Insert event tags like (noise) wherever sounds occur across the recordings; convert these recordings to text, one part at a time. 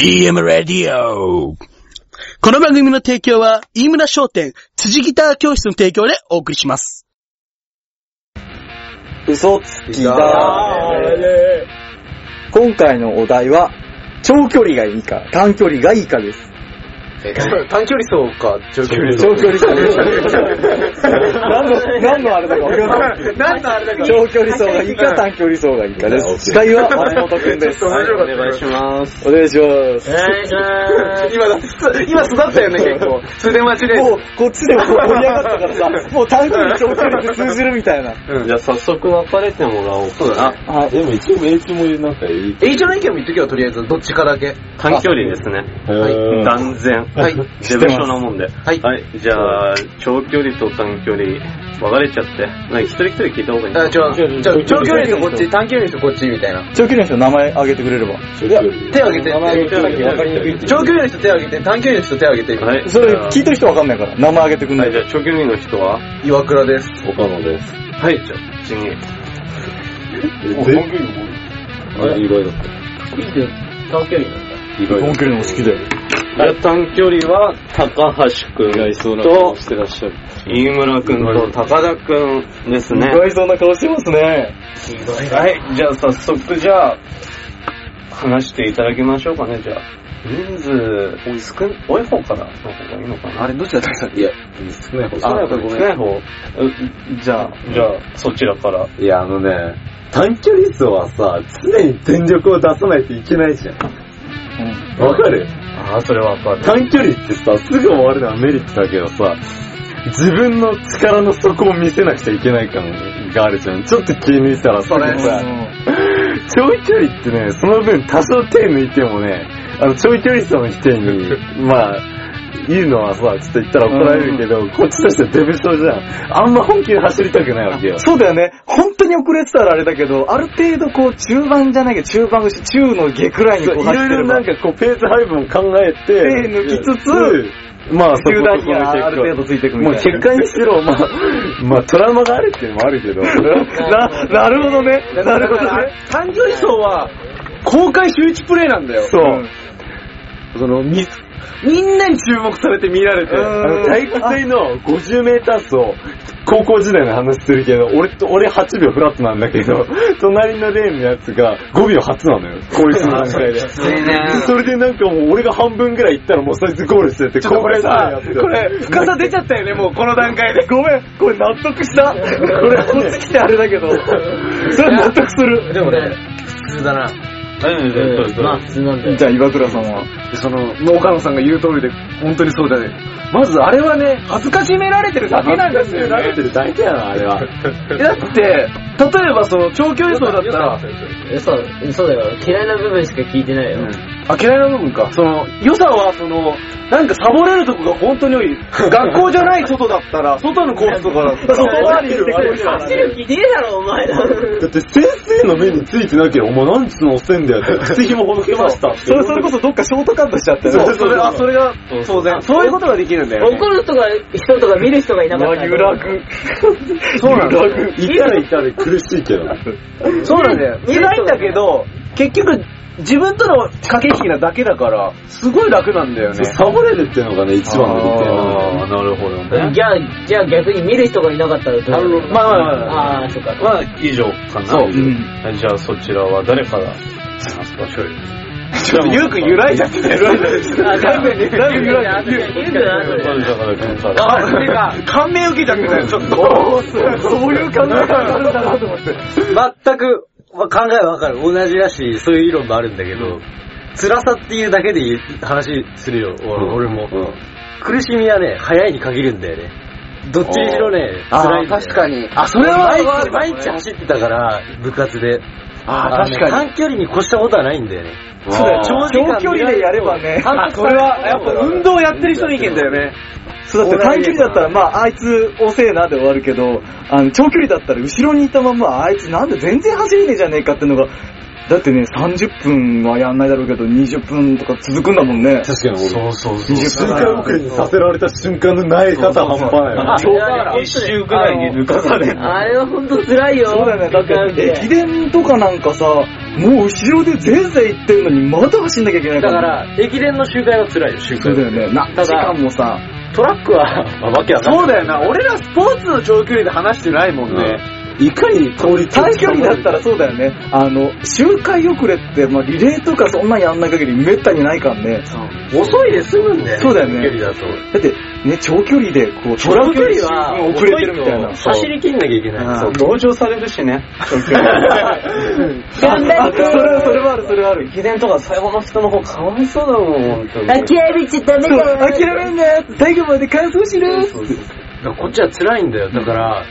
EM ラディオこの番組の提供は、飯村商店、辻ギター教室の提供でお送りします。嘘つきだ。今回のお題は、長距離がいいか、短距離がいいかです。え短距離走か、長距離長距離走。何何の、何のあれだか分かんない。何のあれだか長距離走がいいか、短距離走がいいかです。司会は松本くんです。ちょっと面白かったお願いします。お願いします。今だ、今育ったよね、結構。数年待ちで。もう、こっちでも盛り上がったからさ、もう短距離、長距離って通じるみたいな。うんじゃあ早速分かれてもらおうか。そうだね。あ、でも一応明治もなんかいい。 A ちゃんの意見も言っとけよ、とりあえず。どっちかだけ。短距離ですね。いうん断然。はい。事務所なもんで。はい。はい。じゃあ、長距離と短距離、分かれちゃって。なんか一人一人聞いた方がいいあ、じゃあ、長距離じゃあ長距離の人こっち、短距離の人こっち、みたいな。長距離の人の名前挙げてくれれば。いや、い手を挙げて。分かりにくいって長距離の人手を挙げて、短距離の人手を挙げて。はい。それ聞いててる人分かんないから、名前挙げてくんなはい、いじゃあ長距離の人は岩倉です。岡野です。はい、じゃあ、次に。全部あれ、意外だった。じゃあ短距離のも好きだよ。意外だった。短距離は、高橋くん意外そうなと顔、してらっしゃる。飯村くんと高田くんですね。意外そうな顔してますね。はい、じゃあ早速じゃあ、話していただきましょうかね、じゃあ。人数、少ん、多い方からの方がいいのかな。あれ、どっちだったっけいや、少ない方少ない方少ない方うじゃあ、じゃあ、そちらから。いや、あのね、短距離走はさ、常に全力を出さないといけないじゃん。わかるああ、それはわかる。短距離ってさ、すぐ終わるのはメリットだけどさ、自分の力の底を見せなくちゃいけない感があるじゃん。ちょっと気抜いたらさ、れさ長距離ってね、その分多少手抜いてもね、あの、長距離走の (laughs) 人に、まあ、言うのはさ、ちょっと言ったら怒られるけど、こっちとしてはデブ症じゃん。あんま本気で走りたくないわけよ。そうだよね。本当に遅れてたらあれだけど、ある程度こう、中盤じゃなきゃ中盤し、中の下くらいにそうこういろ走っいてろれなばん。かこう、ペース配分を考えて、手抜きつつうんまあ、そこそこ球の団にはある程度ついてくみもうたい結な。果にしろ、 (laughs) まあ、まあトラウマがあるっていうのもあるけど、な、なるほどね。なるほどね。短距離走は、公開周知プレイなんだよ。そう。その、み、みんなに注目されて見られて。あの体育祭の50メーター走、高校時代の話するけど、俺と、俺8秒フラットなんだけど、隣のレーンのやつが5秒初なのよ、こいつの段階で。それでなんかもう俺が半分ぐらい行ったらもうそいつゴールしてて、ちょっとこれ高校生のさやつ、これ、深さ出ちゃったよね、もうこの段階で。ごめん、これ納得した。これこっち来てあれだけど。それ納得する。でもね、普通だな。まあ、じゃあ、岩倉さんは。その、もう岡野さんが言う通りで、本当にそうだね。まずあれはね、恥ずかしめられてるだけなんですよ投げね。てるだけやな、あれは。だって、例えばその、長距離走だったら、そう、そうだよ。嫌いな部分しか聞いてないよ。あ、嫌いな部分か。その、良さは、その、なんかサボれるとこが本当に多 (laughs) い。学校じゃない外だったら、外のコースとか (laughs) だったら、外回りしてくるから走る気ねえだろ、お前ら。だって先生の目についてなければ、お前なんつうのせんだよって、靴紐ほどけましたって。それ、それこそどっかショートカットしちゃってね。そう、それ、あ、それが、当然。そういうことができるんだよね。怒る人が、人とか見る人がいなかったら。そうなんだよ。いたらいたで苦しいけど。 (laughs) そうなんだよ。辛いんだけど、結局、自分との駆け引きなだけだから、すごい楽なんだよね。サボれるっていうのがね、一番の利点なんだよ。ああ、なるほどね。じゃあ、じゃあ逆に見る人がいなかったらどうなるまあまあまあまあ。ああ、そっか。まあ、以上かな。そう。じゃあ、そちらは誰から話しましょうよ。ちょっと、ゆうくん揺らいじゃってる。だいぶ、だいぶ揺らいじゃってる。言うから後で高田くんから。あ、てか、感銘受けちゃってたよ、ちょっと。そういう感じがあるんだなと思って。全く、まあ考えはわかる。同じだし、そういう理論もあるんだけど、辛さっていうだけでいい話するよ、俺俺も、苦しみはね、早いに限るんだよね。どっちにしろね、辛いんだよ。確かに。あ、それは毎日、毎日走ってたから、部活で。あのね確か短距離に越したことはないんだよね。そうだよ長時間長距離でやればねあそれは、やっぱ運動やってる人の意見だよね。そうだって短距離だったら、まあ、あいつ遅えなで終わるけど、あの、長距離だったら後ろにいたまま、あいつなんで全然走れねえじゃねえかってのが、だってね、30分はやんないだろうけど、20分とか続くんだもんね。確かに俺。そうそうそう。数回遅れにさせられた瞬間の泣い方半端ない。今日から一週ぐらいに抜かされる。あれは本当辛いよ。 (laughs) そうだよね。だって、駅伝とかなんかさ、もう後ろで全然行ってるのに、また走んなきゃいけないだか。からら、駅伝の集会は辛いよ、集そ会う。だよね。な、だ時間もさ、トラックは、わけわかんない。そうだよな、俺らスポーツの長距離で話してないもんね。いかに効率短距離だったらそうだよね。あの、周回遅れって、まあ、リレーとかそんなんやんない限りめったにないからね。遅いで済むんだよね。そうだよね距離だだと。って、ね、長距離で、こう、トラ長ッ距クより離は、遅れてるみたいな。走り切んなきゃいけない。そう、同情されるしね。頑張あ、っそれ、てそれはある、それはある。駅伝とか最後の人の方かわいそうだもん、本当に。諦めちゃダメそうだ諦よ。めんなよ最後まで完走しろ (laughs) そうそうそうだからこっちは辛いんだよ。だから、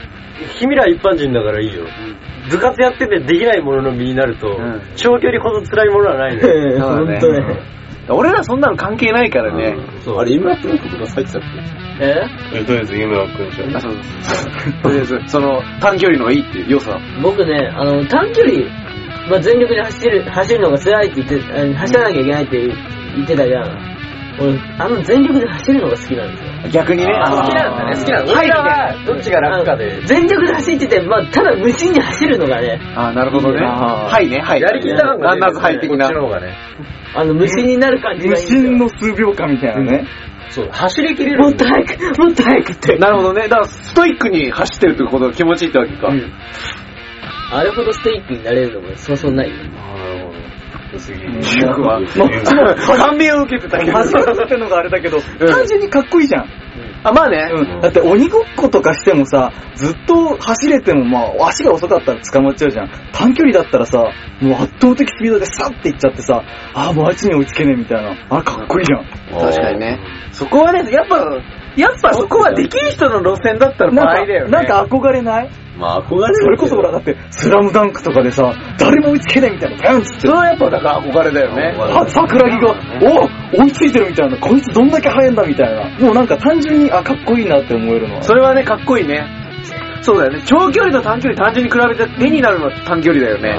君ら一般人だからいいよ。部活やっててできないものの身になると、長距離ほど辛いものはないのよ。そうだね俺らそんなの関係ないからね。そうあれ、今やってることが入ってたっええとりあえず、夢はくんじゃん。そう (laughs) とりあえず、その、短距離のいいっていう良さ。僕ね、あの、短距離、まあ、全力で走る、走るのが辛いって言って、あの走らなきゃいけないって言ってたじゃん。俺、あの全力で走るのが好きなんですよ。逆にね、好きなんだね、好きなんだ。俺らは、どっちが楽かであの。全力で走ってて、まあ、ただ無心に走るのがね、あーなるほどね。はいね、はい。やりきった感ラが出るよね。ンナーズハイ的なこっち。の方がね。あの、無心になる感じ無がいいんですよ。心の数秒間みたいなね。そう、走り切れる。もっと早く、もっと早くって。なるほどね。だから、ストイックに走ってるってことが気持ちいいってわけか。うんあれほどストイックになれるのもそうそうないよ。あなるほ (laughs) ど。次。僕は。 (laughs) 感銘を受けてた (laughs) けど。走ってんのがあれだけど、単純にかっこいいじゃん。あ、まあね。うん、だって鬼ごっことかしてもさ、ずっと走れてもまあ足が遅かったら捕まっちゃうじゃん。短距離だったらさ、もう圧倒的スピードでサッて行っちゃってさ、ああもうあいつに追いつけねえみたいな。あれかっこいいじゃん。確かにね。そこはね、やっぱ、やっぱそこはできる人の路線だったら場な合んだか、よね。なんか憧れないまあ、憧れそれこそほら、だって、スラムダンクとかでさ、誰も追いつけないみたいな、ガンっつってそれ。はやっぱだから憧れだよね。あ、桜木が、お追いついてるみたいな、こいつどんだけ速いんだみたいな。もうなんか単純に、あ、かっこいいなって思えるのは。それはね、かっこいいね。そうだよね。長距離と短距離単純に比べて手になるのは短距離だよね。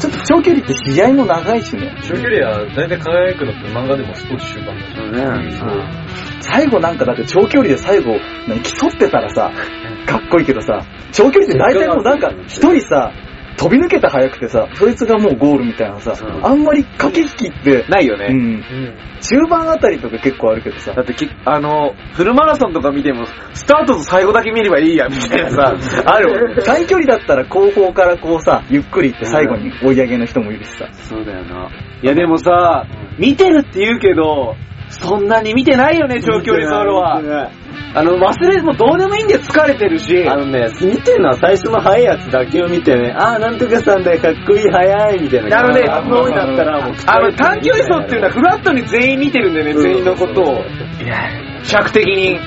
ちょっと長距離って試合も長いしね。長距離は大体輝くのって漫画でもスポーツ終盤だし。最後なんかだって長距離で最後、何競ってたらさ、かっこいいけどさ、長距離って大体もうなんか一人さ、飛び抜けた速くてさ、そいつがもうゴールみたいなさ、あんまり駆け引きって、ないようね。ん。中盤あたりとか結構あるけどさだ、ってき、あの、フルマラソンとか見ても、スタートと最後だけ見ればいいや、みたいな (laughs) さ、あるもんね。短距離だったら後方からこうさ、ゆっくり行って最後に追い上げの人もいるしさ。そうだよな。いやでもさ、見てるって言うけど、そんなに見てないよね、長距離走路は。あの、忘れ、もうどうでもいいんだよ、疲れてるし。あのね、見てるのは最初の速いやつだけを見てね、あーなんとかさんだよ、かっこいい、速い、みたいな。なので、あのね、だったらもう、あの、短距離走っていうのはフラットに全員見てるんだよね、全員のことを。尺的に。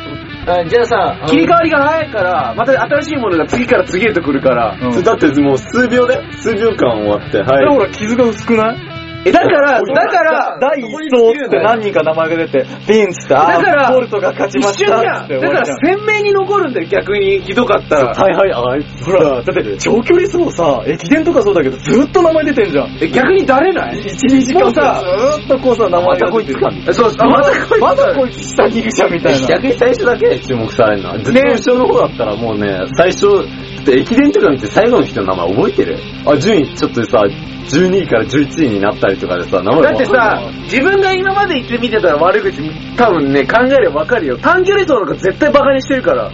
あじゃあさ、あの切り替わりが早いから、また新しいものが次から次へと来るから。うんだってもう数秒だよ。数秒間終わって、でもほはい。ら傷が薄くないえ、だ (laughs) から、だから、第一走って何人か名前が出て、ピンつって、あだからー、ボルトが勝ち一ま瞬しじたゃっん。てだ終かわらりじゃん。鮮明に残るんだよ、逆にひどかったら。はいはい、あいつ。ほら、だって長距離走さ、駅伝とかそうだけど、ずっと名前出てんじゃん。え逆にだれない1、2時間さ、ずーっとこうさ、名前が出てる。そう、あまたこいつまだこいつ下にいるじゃんみたいな。逆に最初だけ注目されるの。ずっと後ろの方だったらもうね、最初、だって駅伝とか見て最後の人の名前覚えてるあ、順位ちょっとさ、12位から11位になったりとかでさ、名前だってさ、自分が今まで行って見てたら悪口、多分ね、考えればわかるよ。短距離走なんか絶対バカにしてるから。うん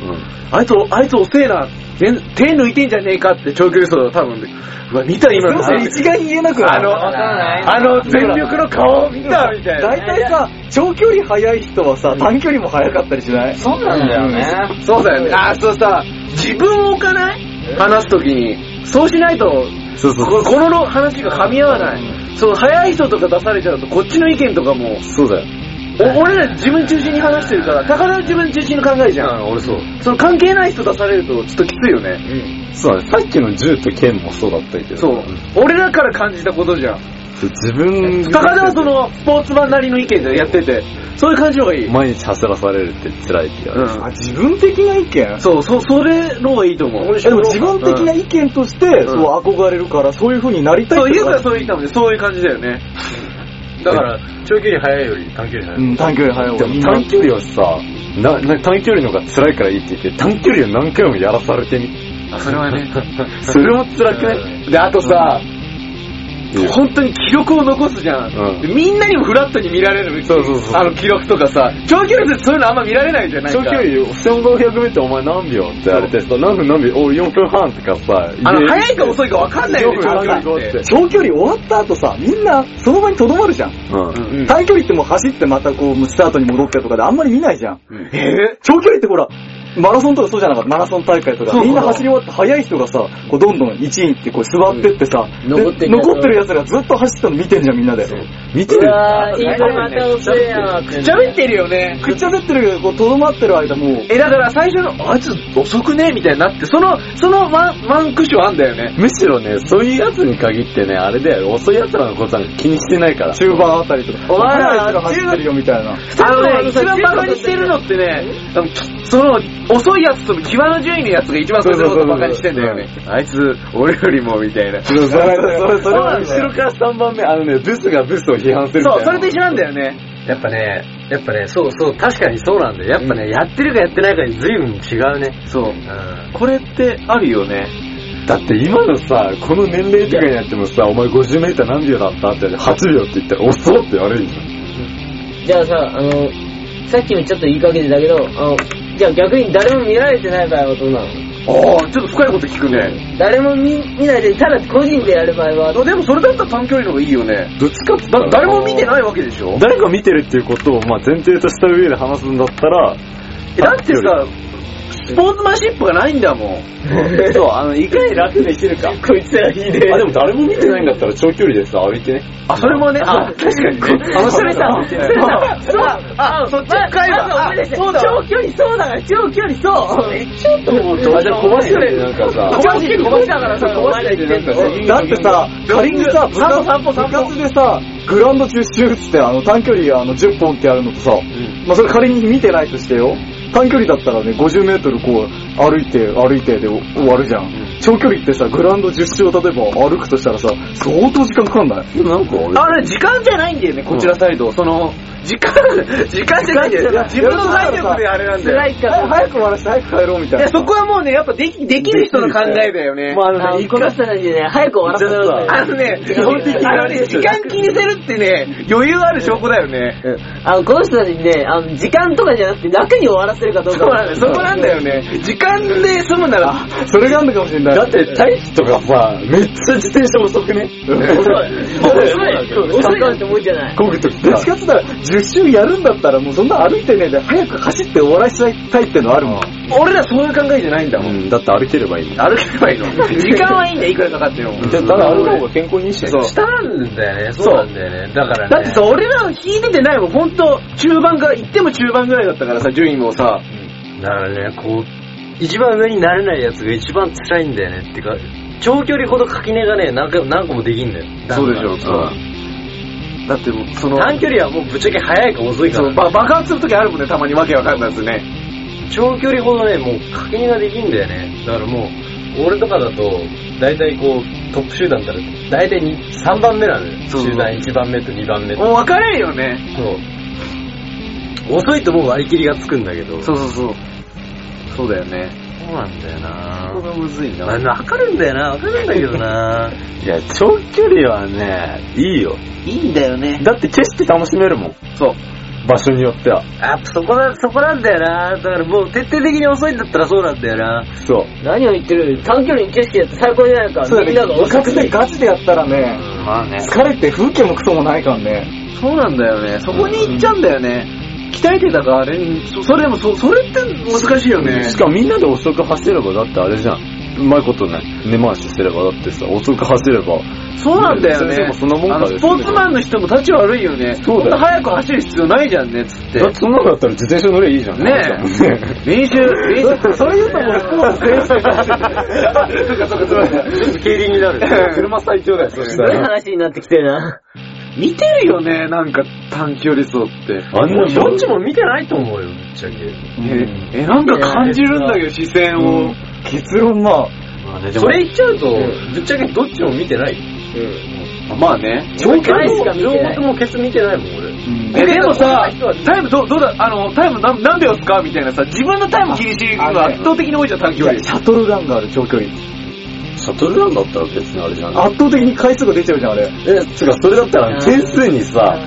あいつ、あいつ遅えな。全手抜いてんじゃねえかって長距離走だ多分ね。うわ、見た今の。それ一概に言えなくないあの、あの全力の顔を見たみたいな。大体さ、長距離速い人はさ、短距離も速かったりしないそうなんだよね。そうだよね。あ、そうさ、自分を置かない話すときに。そうしないと、そうそこうこのの話が噛み合わない。その、早い人とか出されちゃうと、こっちの意見とかも、そうだよ。お俺ら自分中心に話してるから、高田は自分中心に考えるじゃん。俺そう。その関係ない人出されると、ちょっときついよね。そうだね。さっきの10と剣もそうだったけど。そう。俺らから感じたことじゃん。自分高田はその、スポーツマンなりの意見でやってて、そういう感じの方がいい。毎日走らされるって辛いって言われる。あ、自分的な意見そう、そ、それの方がいいと思う。でも自分的な意見として、そう憧れるから、そういう風になりたいそう、ゆうかたはそう言ったもんね、そういう感じだよね。だから、長距離速いより短距離う速い。ん、短距離早い方でがいもい。短距離はさ、な、な短距離の方が辛いからいいって言って、短距離を何回もやらされてみ。あ、それはね。それも辛くないで、あとさ、本当に記録を残すじゃん。うんでみんなにもフラットに見られる。そうそうそうあの記録とかさ、長距離でそういうのあんま見られないじゃんないか長距離1500メートルお前何秒って言われてさ、何分何秒、お4分半とかさ、あの、早いか遅いか分かんないよね、 4分長距半離っってて。。長距離終わった後さ、みんなその場に留まるじゃん。うん。うん短距離ってもう走ってまたこう、スタートに戻ってとかであんまり見ないじゃん。え長距離ってほら、マラソンとかそうじゃなかったマラソン大会とか、みんな走り終わって速い人がさ、こうどんどん1位ってこう座ってってさ、で残ってんだよ残ってる奴らずっと走ってたの見てんじゃんみんなで。見てうるわー、いいとこまた遅えやーって。喋ってるよね。くっちゃべってるけど、こう留まってる間もう、え、だから最初の、あいつ遅くねみたいになって、その、そのワン、ワンクッションあんだよね。むしろね、そういうやつに限ってね、あれだよ、遅いやつらのことなんか気にしてないから。中盤あたりとか、お前ら速い奴走ってるよみたいな。あのね、一番バカにしてるのってね、多分きその、遅いやつと際の順位のやつが一番それのことバカにしてんだよね。あいつ、俺よりも、みたいな。それそれそれは後ろから3番目、あのね、ブスがブスを批判するみたいそう、な。それと一緒なんだよね。やっぱね、やっぱね、そうそう、確かにそうなんだよ。やっぱね、やってるかやってないかに随分違うね。そう。うん。これってあるよね。だって今のさ、この年齢とかになってもさ、お前50メーター何秒だったって8秒って言ったら遅っって言われるじゃん。じゃあさ、あの、さっきもちょっと言いかけてたけど、あの、じゃあ逆に誰も見られてない場合はどうなのああ、ちょっと深いこと聞くね。誰も見見ないで、ただ個人でやる場合は、でもそれだったら短距離の方がいいよね。どっちかって言っただら誰も見てないわけでしょ誰か見てるっていうことを、まあ、前提とした上で話すんだったら、えだってさ、スポーツマンシップがないんだもん。そう、あの、いかに楽できるか。こいつらいいね。あ、でも誰も見てないんだったら長距離でさ、歩いてね。あ、それもね、あ、確かにね。あの、それさ、それさ、そう、あ、そっちま深いまずわ。思い出あしてそうだわ。長距離そうだから、長距離そう。めっちゃいいと思う。あ、じゃあ、小走りでなんかさ、長距離小走りだからさ、小走りでなんかさ、だってさ、仮にさ、部活散歩散歩部活でさ、グラウンド10周っつって、あの、短距離あの10本ってやるのとさ、まあそれ仮に見てないとしてよ、短距離だったらね、50メートルこう、歩いて、歩いてで終わるじゃん。長距離ってさ、グラウンド10周を例えば歩くとしたらさ、相当時間かかんないなんか俺、あれ、時間じゃないんだよね、こちらサイド。その、時 (laughs) 間、時間じゃないんだよ。自分の体力であれなんだよ。辛いか早ら。早く終わらせて早く帰ろうみたいや、いな。そこはもうね、やっぱでき、できる人の考えだよね。まあ、ああののね、この人たちね、早く終わらせてくださいあのね、基本的にあのね、時間気にせるってね、余裕ある証拠だよね。あの、この人たちにね、あの、時間とかじゃなくて楽に終わらせるかどうか。そうなんだよ、そこなんだよね。時間で済むなら、それがあんのかもしれない。だって、 (laughs) 大輝とかさ、めっちゃ自転車遅くね。遅いなんて思うじゃない。こぐときどっさち、かって言ったら、10周やるんだったらもうそんな歩いてねえで、早く走って終わらせたいってのはあるもん。俺らそういう考えじゃないんだうもん。ん、だって歩ければいいんだ。歩け (laughs) ばいいの。時間はいいんだよ、いくらかかっても。ただ歩いた方が健康にいいしね。そう下なんだよね、そうなんだよね。だからね。だってさ、俺ら引いててないもん、ほんと、中盤から、行っても中盤ぐらいだったからさ、順位もさ、だからね、こう、一番上になれないやつが一番辛いんだよね。ってか、長距離ほど垣根がね、何回も何個もできんだよ。そうでしょ、そう。だってもう、その、短距離はもうぶっちゃけ速いか遅いかそらのば爆発するときあるもんね、たまにわけわかんないですね。長距離ほどね、もう確認ができんだよね。だからもう、俺とかだと、大体こう、トップ集団だら、大体に3番目なのよ。そうそう集団1番目と2番目と。もう分かれんよね。そう。遅いともう割り切りがつくんだけど。。そううそうそう。そうだよね。そうなんだよなここがむずいんだ。ぁ。わかるんだよなわかるんだけどな (laughs) いや、長距離はね、いいよ。いいんだよね。だって景色楽しめるもん。そう。場所によっては。あ、そこだ、そこなんだよなだからもう徹底的に遅いんだったらそうなんだよなそう。何を言ってる短距離に景色やって最高じゃないか。そうみんだなねが。部遅く活でて。ガチでやったらね、まあね。疲れて風景もクソもないからね。そうなんだよね。そこに行っちゃうんだよね。鍛えてたから、あれに、そそれでもそ、それって難しいよね。しかもみんなで遅く走れば、だってあれじゃん。うまいことね、根回しすれば、だってさ、遅く走れば、そうなんだよ先生ね。もそんなもんかあのスポーツマンの人も立ち悪いよね。そうだよそんな早く走る必要ないじゃんね、つってだっ。てそんなのだったら自転車乗ればいいじゃん。ねえ。練習、練習。それ言うともう、そうちょっと競輪になる。車最強だよ、そしたすごいら。話になってきてるな。見てるよね、なんか短距離走って。 (laughs) あんなもんどっちも見てないと思うよ、ぶっちゃけ。え、え、なんか感じるんだけど、視線を。結論まあ、それ言っちゃうと、ぶっちゃけどっちも見てない。まあね。長距離しか両方もケツ見てないもん、俺。え、でもさ、タイムどう、どうだ、あの、タイム何何秒ですかみたいなさ、自分のタイム気にしてるのが圧倒的に多いじゃん、短距離。シャトルランがある長距離。シャトルランだったら別にあれじゃない圧倒的に回数が出ちゃうじゃん、あれ。え、つうかそれだったら点数にさ、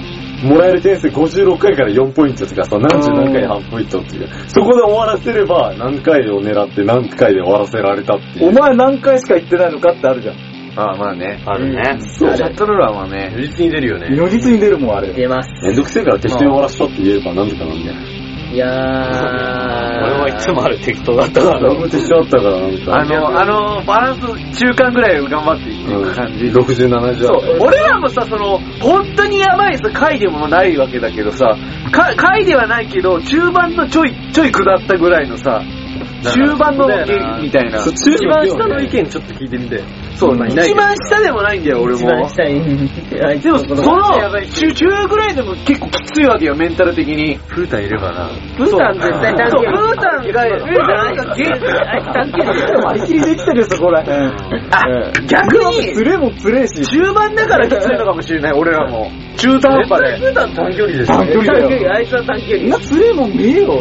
もらえる点数56回から4ポイントとかさ、何十何回半ポイントっていう。そこで終わらせれば、何回を狙って何回で終わらせられたっていおう。前何回しか行ってないのかってあるじゃん。ああ、まあね。あるね。シャトルランはね、如実に出るよね。如実に出るもん、あれ。出ます。めんどくせえから適当に終わらせたって言えばなんとかなんだよ。いやー。俺俺はいつもある適当だったかあら。れも適当だったからなんか。あの、あの、バランス中間ぐらいを頑張っていく感じ。 60、70そあう、俺らもさ、その、本当にやばいさ、回でもないわけだけどさ、か回ではないけど、中盤のちょい、ちょい下ったぐらいのさ、中盤のみたいな。中一番下の意見ちょっと聞いてみて。そう、一番下でもないんだよ、俺一番も。下に。あいつでも、のそことの、中、中ぐらいでも結構きついわけよ、メンタル的に。フータンいればな。ブータン絶対短距離ブータンが、ブータンがゲ短距離割り切りできてるよ、そこら辺。あ、逆に、釣れも釣れえし。中盤だからきついのかもしれない、俺らも。中途半端で。フータン短距離です短距離だよ。あいつは短距みんな釣れも見えよ。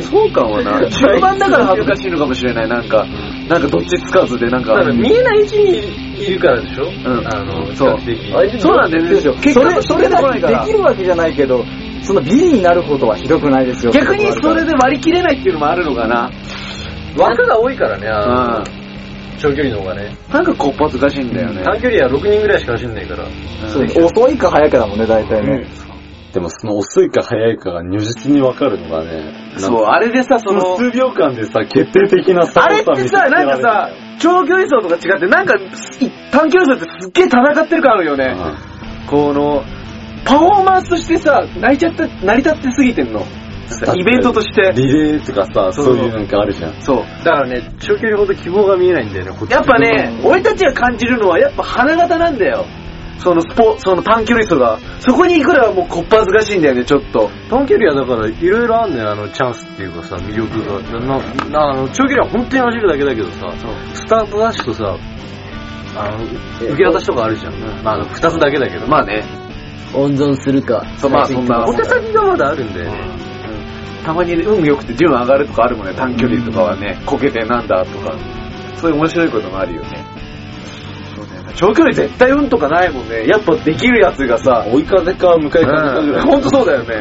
そうかもな。中盤だから恥ずかしいのかもしれない、なんか。なんかどっちつかずで、なんか。だから見えない位置にいるからでしょんあの、そう比較的そうなんだよね。結そ果れ、それだとしてこけないからできるわけじゃないけど、そのビリになるほどはひどくないですよ。逆にそれで割り切れないっていうのもあるのかな。枠が多いからね、あうのん。長距離の方がね。なんかこっぱずかしいんだよね。短距離は6人ぐらいしか走んないから。そう遅いか早いかだもんね、大体ね。でもその遅いか早いかが如実にわかるのがね。そう、あれでさ、そそのの、数秒間でさ、決定的な差をあれってさ、なんかさ、長距離走とか違って、なんか、い短距離走ってすっげえ戦ってる感あるよね。この、パフォーマンスとしてさ、泣いちゃって、成り立ってすぎてんの。イベントとして。リレーとかさ、そういうなんかあるじゃん。そう。だからね、長距離ほど希望が見えないんだよね、こっちやっぱね、俺たちが感じるのは、やっぱ花形なんだよ。そのスポ、その短距離走が。そこに行くらもうこっぱずかしいんだよね、ちょっと。短距離はだから、いろいろあんのよ、あの、チャンスっていうかさ、魅力が。な、な、なあの、長距離は本当に走るだけだけどさ、スタートダッシュとさ、あの、受け渡しとかあるじゃん。まあ、あの、二つだけだけど。まあね。温存するか。そう、まあそんな。小手先がまだあるんだよね。たまにね運良くて順上がるとかあるもんね、短距離とかはね、こけてなんだとか。そういう面白いこともあるよね。そうだよな長距離絶対運とかないもんね。やっぱできるやつがさ、追い風か向かい風かぐらい。ほんとそうだよね。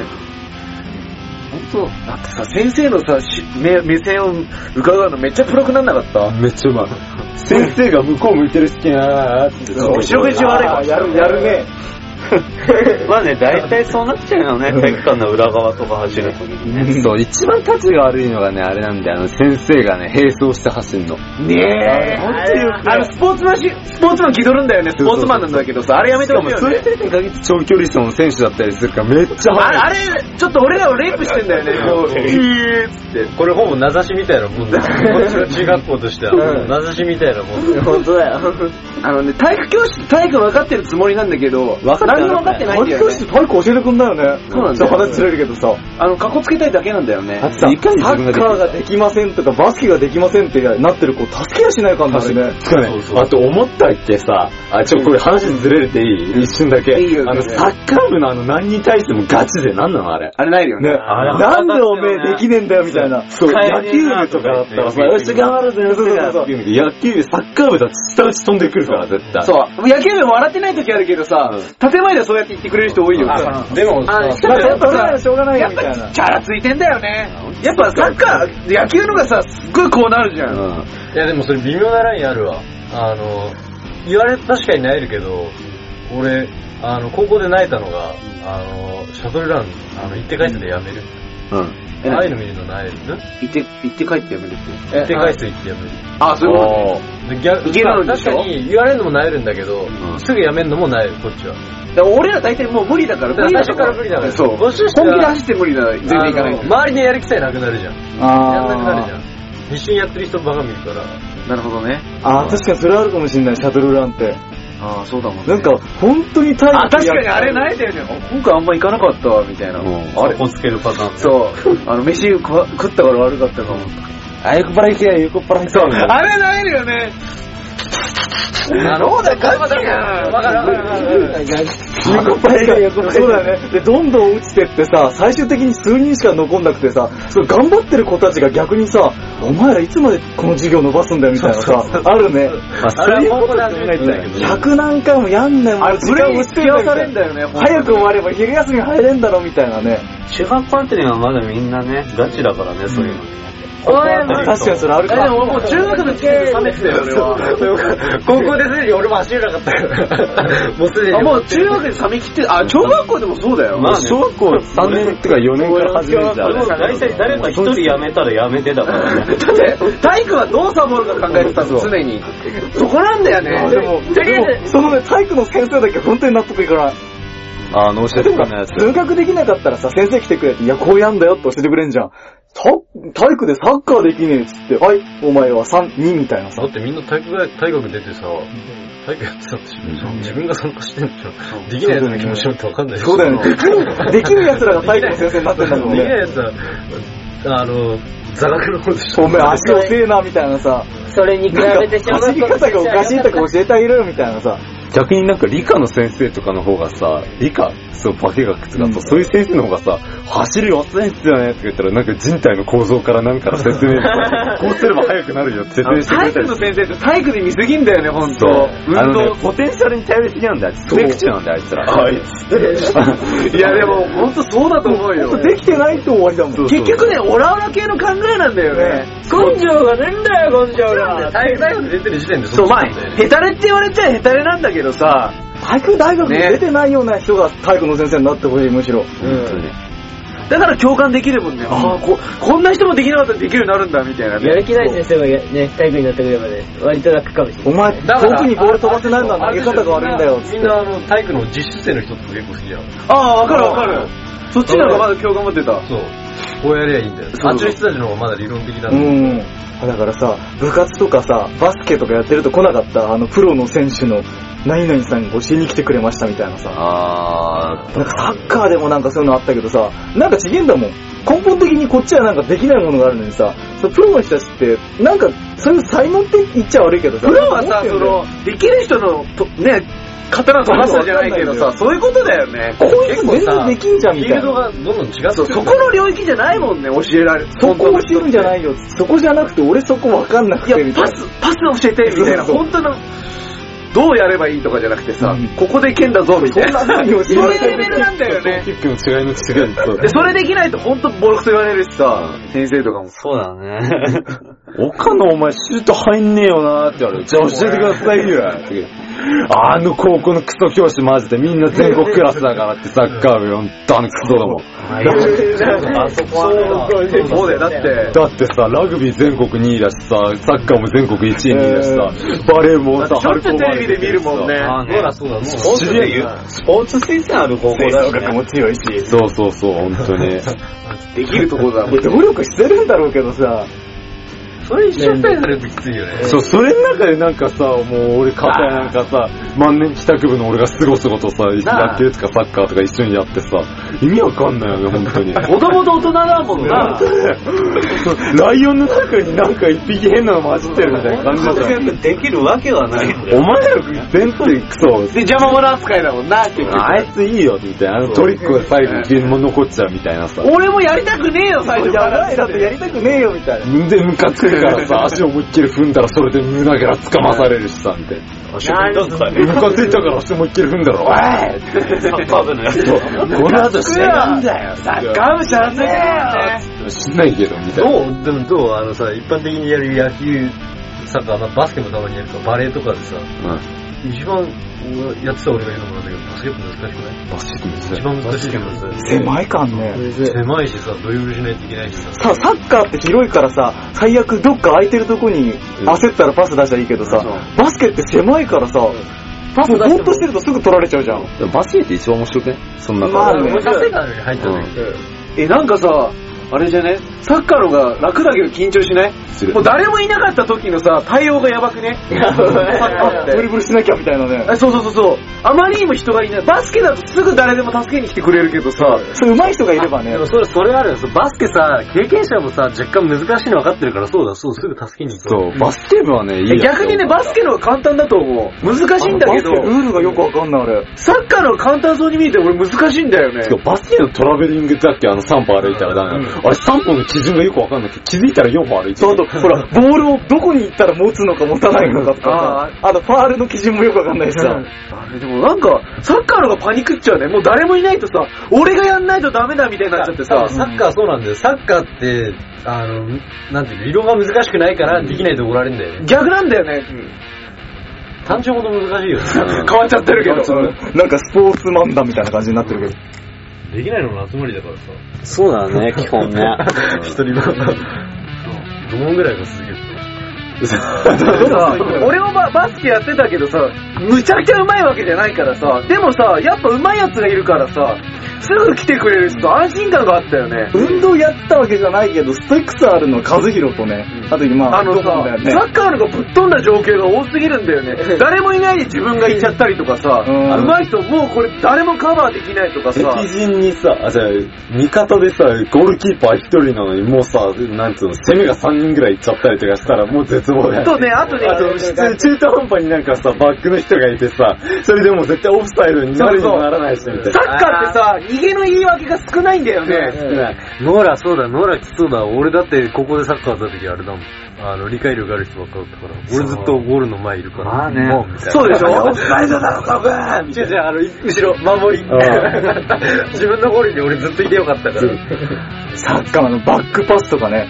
ほんと、だってさ、先生のさ、し目目線を伺うのめっちゃプロくなんなかっためっちゃうまい。先生が向こう向いてる隙間あーって。そう後ろ口悪いかもしれやないる、やる (laughs) ね。まあね、大体そうなっちゃうよね、体育館の裏側とか走るときにね。そう、一番立ちが悪いのがね、あれなんだよ。あの、先生がね、並走して走んの。ねえ。本当によくあの、スポーツマンし、スポーツマン気取るんだよね、スポーツマンなんだけどさ、あれやめてほしいよそういうね。時に限って長距離走の選手だったりするから、めっちゃあれ、速い。あれちょっと俺らをレイプしてんだよね。こうえーっつって。これほぼ名指しみたいなもんだよ。こっちの中学校としては、名指しみたいなもんだよ。本当だよ。あのね、体育教室、体育分かってるつもりなんだけど、分かってない何も分かってないんだよ教ね室。体育教えてくんだよね。そうなんだよちょっと話ずれるけどさ。あの、格好つけたいだけなんだよね。だってさいかにサ自ッ分ができるカーができませんとか、バスケができませんってなってる子、助けやしないかんだよね。そうねあと思ったっけさ、あ、ちょ、これ話ずれるていい、一瞬だけ。いいよあの、サッカー部のあの、何に対してもガチで、なんなのあれ。あれないよね。ね。なんでおめえできねえんだよ、みたいな。そう、野球部とかだったらさ、よし、頑張るぜ、よし、野球部、サッカー部だと下打ち飛んでくるから、絶対。そう。野球部笑ってない時あるけどさ、建前ではそうやって言ってくれる人多いよ。あでも、のさ人たちやっぱそれならさ、しょうがないよやっみたいなぱチャラついてんだよね。やっぱサッカー、野球のがさ、すっごいこうなるじゃん。いやでもそれ微妙なラインあるわ。あの、言われて確かに萎えるけど、俺、あの、高校で泣いたのが、あの、シャトルラン、あの、行って帰ってでやめる。えああいうの見るの泣える。行って、行って帰ってやめるって。行って帰って行ってやめる。あ、そういうことねで逆いけるんで確しょかに言われるのも萎えるんだけど、すぐやめるのも萎える、こっちは。だから俺ら大体もう無理だから、だから最初から無理だからそう。も本し気かしたらで走って無理だから、全然行かないあの。周りのやる気さえなくなるじゃん。やんなくなるじゃん。一瞬やってる人ばか見るから。なるほどね。あー、確かにそれあるかもしんない、シャトルランって。ああ、そうだもんね。なんか、本当に体あ、力確かにあれいないだよね。あ今回あんま行かなかったわ、みたいな。あれこつけるパターン。そう。あの、飯食食ったから悪かったかも。あゆこっぱら行けや、ゆこっぱら行けや。あれないよね。なるほど、ガチやん。わかるわかるわかる。ゆこっぱら行けや、ゆこっぱら行けや。そうだよね。で、どんどん落ちてってさ、最終的に数人しか残んなくてさ、その頑張ってる子たちが逆にさ、お前らいつまでこの授業伸ばすんだよみたいなさ、あるね。まあ、それも同じみたいけど。 100何回もやんないもあれ、ん、ブレイン付き合わされんだだよね、早く終われば昼休み入れんだろみたいなね。中学校の時はまだみんなね、ガチだからね、そういうの。確かにそれあるえ、かでももう中学の時点で冷めてたよ、俺 (laughs) は。高校ですでに俺も走れなかったから。もうすでに。あ、もう中学で冷め切って、あ、小学校でもそうだよ。まあね小学校3年ってか4年から始めるじゃん。でも大体誰か一人辞めたら辞めてだからだね。って、体育はどうサボるか考えてたの、常に。そこなんだよね。でも、とりあえず、そのね、体育の先生だけ本当に納得いかない。あの、教えてくれないやつ。数学できなかったらさ、先生来てくれって、いや、こうやんだよって教えてくれんじゃん。さ体育でサッカーできねえっつって、はい、お前は3、2みたいなさだ。ってみんな体育大体育出てさ、体育やってたんでしょ、自分が参加してんでしょできない奴の気持ちなんてわかんないでしょそうだ (laughs) (laughs) よね。できる奴らが体育の先生になってんだもんできないね。奴は、あの、座学の方でしょお前足遅えな、みたいなさ。それに比なんべかて小走学り校の方がおかしいとか教えてあげろよ、みたいなさ。逆になんか理科の先生とかの方がさ、理科、そう、化学とかそう、そういう先生の方がさ、走るよ、先生だねとか言ったら、なんか人体の構造からなんから説 (laughs) 明して、こうすれば速くなるよって説明してく体れ育たりの先生って体育で見すぎんだよね、ほんと。あ運動のね、ポテンシャルに頼りすぎなんだよ。スペクチュなんだよ、あいつら。はい。 (laughs) いやでも、ほんとそうだと思うよ。できてないと終わりだもん。そう結局ね、オラオラ系の考えなんだよね。根性がねえんだよ、根性が。体育大学出てる時点でそう、まあ、なんだよねヘタレって言われちゃヘタレなんだけどさ、体育大学に出てないような人が体育の先生になってほしい、むしろ。だから共感できるもんね。ああ、こ、こんな人もできなかったらできるようになるんだ、みたいなやるね。気ない先生がね、体育になってくればね、割と楽かもしれおない。前、遠くにボール飛ばせないのは投げ方が悪いんだよ、つってみん。なあの体育の実習生の人とか結構好きじゃん。ああ、わかるわかる。そっちの方がまだ共感持ってた。 (laughs) そう。こうやりゃいいんだよ。そうあっちの人たちの方がまだ理論的なんうだよ。ん。だからさ、部活とかさ、バスケとかやってると来なかった、あの、プロの選手の、何々さんに教えに来てくれましたみたいなさ。あなんかサッカーでもなんかそういうのあったけどさ、なんかちげえんだもん。根本的にこっちはなんかできないものがあるのにさ、そのプロの人たちって、なんか、そういう才能って言っちゃ悪いけどさ。プロはさ、持そってるよね、の、できる人のと、ね、刀とさじゃないけどそうさ、そういうことだよね。こいつ全然できんじゃんフみィたーいルドな。がどんどん違ってくるそう、そこの領域じゃないもんね、教えられる。そこ教えるんじゃないいよ。そこじゃなくて、俺そこわかんなくいてみや、たいパな。ス、パス教えて、みたいな。そうそう本当の、どうやればいいとかじゃなくてさうん、ここで剣だぞ、みたいな。そんそなう風に教えられいうてるレベル (laughs) なんだよあ。ねキ。ックの違いの違いそうで、それできないと本当ボロクソ言われるしさ、先生とかも。そうだね。 (laughs) 岡野お前シュート入んねえよなーって言われる。じゃあ教えてくださいよって言う。あの高校のクソ教師マジでみんな全国クラスだからってサッカー部よ、あのクソだもん。あそこはねそうだよ、だって。だってさ、ラグビー全国2位だしさ、サッカーも全国1位2位だしさ、バレーもさ、しょっちゅうテレビで見るもんね。あほら、そうだ、もう。知り合いよスポーツ推薦ある高校だよね。も強いし。そうそうそう、本当に。できるところだもん。努力してるんだろうけどさ。それ一緒に対されるときついよね。そう、それの中でなんかさ、もう俺、片やなんかさ、万年帰宅部の俺がすごすごとさ、なあ野球とかサッカーとか一緒にやってさ、意味わかんないよね、本当 (laughs) に。もともと大人だもんな。ライオンの中になんか一匹変なの混じってるみたいな感じだったよ。できるわけはないんだおよ。前ら全体クソ、 (laughs) で、邪魔者扱いだもんな、結局。あいついいよ、みたいな。あのトリックが最後に全部残っちゃうみたいなさ。俺もやりたくねえよ、最初かやら。ばい、だってやりたくねえよ (laughs) みたいな。で、ムカつくからさ、足思いっきり踏んだらそれで胸ぐらつかまされるしさ、みたいな。ムカついたから足思いっきり踏んだら、おいサッカー部のやつ。この後死なんだよ、サッカー部しゃらせえよ。死んないけど、みたいな。どうでもどうあのさ、一般的にやる野球、サッカー、まあバスケもたまにやるか、バレーとかでさ、一番やってた俺が言うのもなんだけど、バスケット難しくないバスケ一番難しいけどさ、狭いかんね。狭いしさ、ドリブルしないといけないしさ。さ、サッカーって広いからさ、最悪どっか空いてるとこに焦ったらパス出したらいいけどさ、バスケって狭いからさ、パスぼーっとしてるとすぐ取られちゃうじゃん。バスケって一番面白くねそんなまあねバスケットに入ったんだけど、え、なんかさ、あれじゃねサッカーの方が楽だけど緊張しないするもう誰もいなかった時のさ、対応がやばくねサッカーってブ。リブリしなきゃみたいなね。あそうそうそうそう。あまりにも人がいない。バスケだとすぐ誰でも助けに来てくれるけどさ、そう、上手い人がいればねで。もそれ、それあるよ。そうバスケさ、経験者もさ、若干難しいの分かってるから、そうだ、そう、すぐ助けに行く。そう、バスケ部はね、いいやつだよ逆にね、バスケの方が簡単だと思う。難しいんだけどあ、のバスケルールがよくわかんない、あれ。サッカーの方が簡単そうに見えて俺難しいんだよね。そうバスケのトラベリングだっけあの3歩歩いたらダメなの。あれ3歩の基準がよくわかんなくて、気づいたら4歩歩いてそる。う、あと、ほら、ボールをどこに行ったら持つのか持たないのかとあかさ、あと、ファールの基準もよくわかんないしさ。あれでもなんか、サッカーの方がパニックっちゃうね。もう誰もいないとさ、俺がやんないとダメだみたいになっちゃってさ、サッカーそうなんだよ。サッカーって、あの、なんていうの、色が難しくないから、できないと怒られるんだよね。逆なんだよね。単純ほど難しいよね。 (laughs) 変わっちゃってるけど。なんかスポーツマンだみたいな感じになってるけど。できないのも集まりだからさ。そうだね、 (laughs) 基本ね。一人分が。5問ぐらいが続けるでもさ俺もババスケやってたけどさ、むちゃくちゃ上手いわけじゃないからさ、でもさ、やっぱ上手いやつがいるからさ、すぐ来てくれる人安心感があったよね。運動やってたわけじゃないけど、ストイックスあるの和弘とね、あと今、あのドボさ、ンだよねサ。ッカーのがぶっ飛んだ情景が多すぎるんだよ (laughs) ね。誰もいないで自分がいっちゃったりとかさ、うん上手い人もうこれ誰もカバーできないとかさ、 (laughs) 敵陣にさ、あ、じゃあ味方でさ、ゴールキーパー一人なのに、もうさ、なんつうの、攻めが3人ぐらいいっちゃったりとかしたら、もう絶望だよ。とね、あとね、あと、普通中途半端になんかさ、バックの人がいてさ、それでもう絶対オフサイドになるにもならないし、みたいサな。ッカーってさ、逃げの言い訳が少ないんだよね。少ないノーラ、そうだ、ノーラきそうだ。俺だって、ここでサッカーやった時あれだもん。あの、理解力ある人ばっかだったから。俺ずっとゴールの前いるから。まあね。みたいな。そうでしょサイドだろ、多分違う違う、あの、後ろ、守り。自分のゴールに俺ずっといてよかったから。サッカーのバックパスとかね。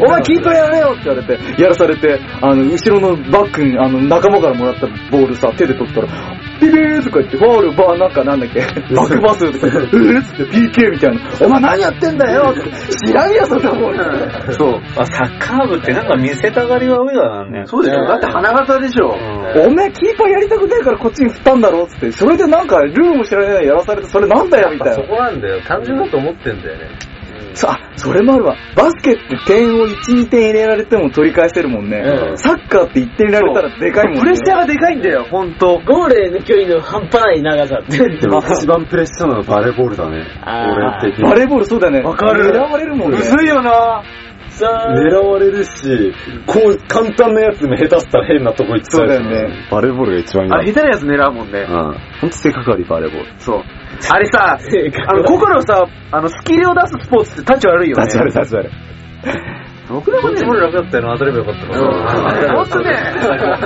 お前キーパーやれよって言われて、やらされて、あの、後ろのバックに、あの、仲間からもらったボールさ、手で取ったら、ピピーとか言って、ファール、バー、なんかなんだ (laughs) っけ、バックパスとか言って、うーっつって PK みたいな、お前何やってんだよって、知らんよ、そんなもん。そう。あ、サッカー部ってなんか見せたがりは上だなね。そうでしょだって花形でしょ。お前キーパーやりたくねえからこっちに振ったんだろっつって、それでなんかルールも知らないやらされて、それなんだよみたいそな。こなんだよ。単純だと思ってんだよね。そあ、それもあるわ。バスケって点を1、2点入れられても取り返せるもんね。サッカーって1点入れられたらでかいもんね。プレッシャーがでかいんだよ、ほんと。ゴールへの距離の半端ない長さって。でも一番プレッシャーなのはバレーボールだね。あ俺的に。バレーボールそうだよね。わかる狙われるもんね。いよな狙われるし、こう、簡単なやつも下手したら変なとこ行っちゃうしそうだよね。バレーボールが一番いいあれ、下手なやつ狙うもんね。うん。ほんと性格悪い、バレーボール。そう。あれさ、あの、心さ、あの、スキルを出すスポーツってタッチ悪いよね。立ち悪い、立ち悪い。僕らもね、俺楽だったよな、当たればよかったから。ほんとね、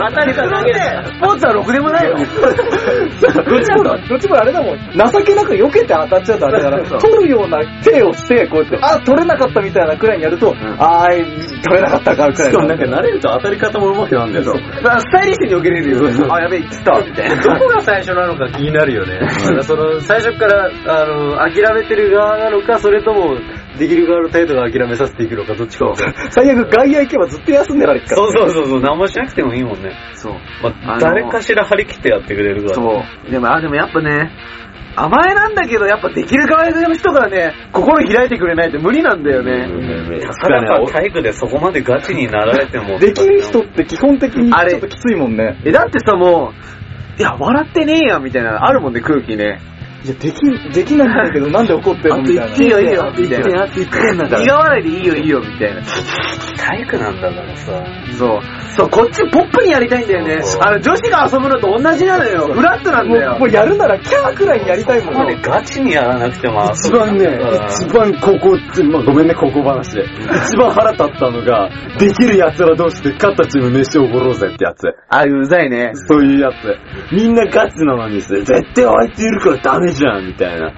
当たり前のね、スポーツはろくでもないよ。どっちも、どっちもあれだもん。情けなく避けて当たっちゃうとあれだから、取るような手をして、こうやって、あ、取れなかったみたいなくらいにやると、あー、取れなかったか、くらいしかものなんか慣れると当たり方も上手くなるんだよ。まあスタイリッシュに避けれるよ。あ、やべえ、来た、みたいどな。こが最初なのか気になるよね。なんかその、最初から、あの、諦めてる側なのか、それとも、できる側の態度が諦めさせていくのか、どっちかわかんない。最悪外野行けばずっと休んでられるから。そうそうそうそう、何もしなくてもいいもんね。そう。まあのあ、誰かしら張り切ってやってくれるから。そう。でも、あ、でもやっぱね、甘えなんだけど、やっぱできる側の人がね、心開いてくれないと無理なんだよね。確かにね、体育でそこまでガチになられても。できる人って基本的にあれちょっときついもんね。え、だってさ、もう、いや、笑ってねえやん、みたいなのあるもんね、空気ね。いや、でき、できないんだ (laughs) けど、なんで怒ってるのみたいな。いいよ、いいよ、みたいな。って言ってんだ苦笑いでいいよ、いいよ、みたいな。体育なんだからさ。そう。そう、こっちポップにやりたいんだよね。あの、女子が遊ぶのと同じなのよ。フラットなんだもう、よも。うやるならキャーくらいにやりたいもんまでね。ガチにやらなくても一番ね、一番高校って、まあ、ごめんね、高校話で。一番腹立ったのが、できる奴ら同士で勝ったチーム飯をおごろうぜってやつ。あ、うざいね。そういうやつ。みんなガチなのにして、絶対相手いるからダメじゃん、みたいな。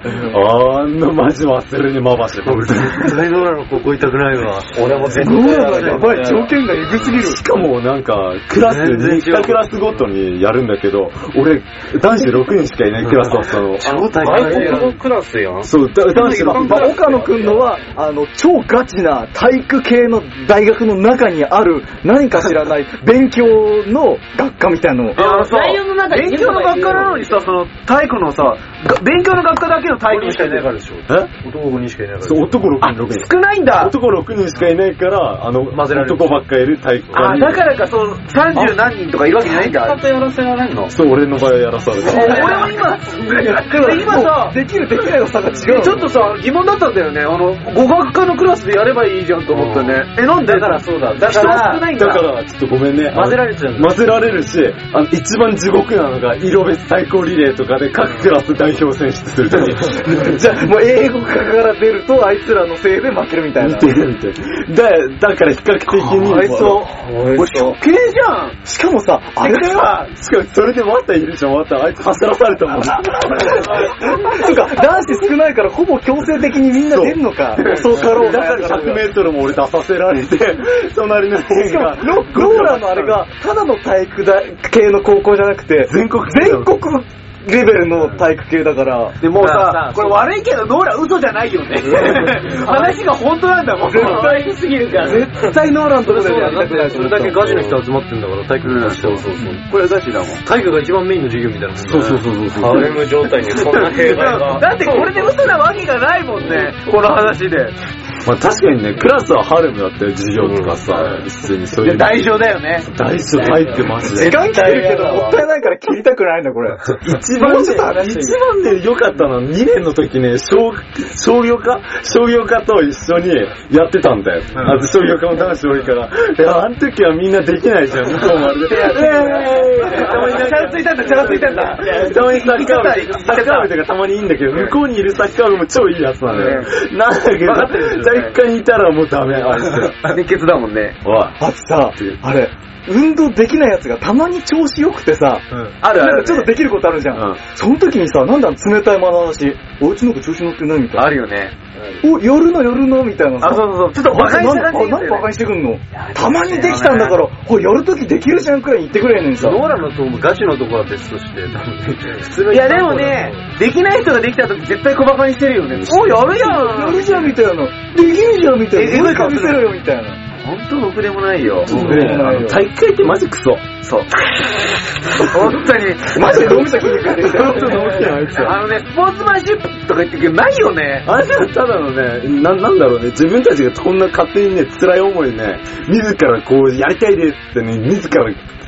あんなマジ忘れにまばして、 (laughs) 本当に。態度なの、ここ痛くないわ。俺も絶ゴ対ーやルらがなやいもばんねい、条件がエグすぎる。しかもなんか、クラス、全然違う2クラスごとにやるんだけど、俺、男子6人しかいないクラスだったの。超大外変国のクラスやん。そう、だ男子まあ、岡野くんのは、あの、超ガチな体育系の大学の中にある、何か知らない勉強の学科みたいなのを。あのさ内容の中に勉強の学科なのにさ、その、体育のさ、が勉強の学科だけの体育しかいないから。でしょ。え男5人しかいないからでしょ。そう、男6あ、人、6人。少ないんだ。男6人しかいないから、あの、混ぜられる男ばっかいる体育館あ、に。だからか、その、30何人とかいるわけじゃないんだ。とやらせられんのそう、俺の場合はやらされた。俺も今、今さ、できるできないの差が違う。ちょっとさ、疑問だったんだよね。あの、語学科のクラスでやればいいじゃんと思ったね。え、なんでだからそうだ。だから、少ないんだ。だから、ちょっとごめんね。混ぜられちゃうんだ混ぜられるし、あの、一番地獄なのが、色別対抗リレーとかで各クラス代表選出するとき。じゃあ、もう英語科から出ると、あいつらのせいで負けるみたい見な。てるみたいな。だ、だから比較的に。あいつを。系じゃん。しかもさ、ああれれは、しかもそれでまたいるじゃん、また。あいつ走らされたもん。とか、男子少ないからほぼ強制的にみんな出るのか。そうかろうだから100メートルも俺出させられて、隣のし辺かが。もロ、ローラのあれが、ただの体育大系の高校じゃなくて、全国区だよ全国レベルの体育系だから、でもうさ、これ悪いけど、ノーラ嘘じゃないよね。話が本当なんだもん。大事すぎるから。絶対ノーラのとこでやりだったくないて、とそれ思っだたけガチの人集まってんだから、体育の人、そうそうそう。これガチだもん。体育が一番メインの授業みたいなもんそうそうそう。ハーレム状態にそんな弊害が。 (laughs) だってこれで嘘なわけがないもんね。この話で。まあ確かにね、クラスはハルムだったよ、授業とかさ、普通にそういう。大丈夫だよね。大丈夫、大ってマジ時で。間切れるけど、もったいないから切りたくないんだ、これ。一番もうちょっとね、話して一番ね、良かったのは、2年の時ね、商商業科商業科と一緒にやってたんだよ。あと商業科も男子多いから。いや、あの時はみんなできないじゃん、向こうまで。ちゃんついたんだ、ちゃんついたんだ。たまにサッカー部、サッカー部とかたまにいいんだけど、向こうにいるサッカー部も超いいやつなのよ。なんだけど、体育館にいたらもうダメ、あいつ。熱血だもんね。おい。あとさ、あれ、運動できないやつがたまに調子良くてさ、あるなあんかる。ちょっとできることあるじゃん。うんその時にさ、なんだ冷たい眼差し、おうちなんか調子乗ってないみたいな。あるよね。お、寄るの寄るのみたいなさ。あ、そうそうそう。ちょっと馬鹿にした感じなんで馬鹿にしてくんのたまにできたんだから、ほ、やるときできるじゃんくらい言ってくれんのにさ。ノーラのとこもガチのとこは別として、多分普通のいやでもね、できない人ができた時絶対小馬鹿にしてるよね。おい、やるややんるじゃんみたいな。できるじゃんみたいえな。どう声いかう顔見すせるろよみたいな。本当ろくでもないよ。僕ね、あの体育会ってマジクソ。そう。本当に。マジで飲む先にずっと飲ってんあいつあは。のね、スポーツマンシップとか言ってるけど、ないよね。あれはただのね、な、なんだろうね、自分たちがこんな勝手にね、辛い思いね、自らこう、やりたいですってね、自ら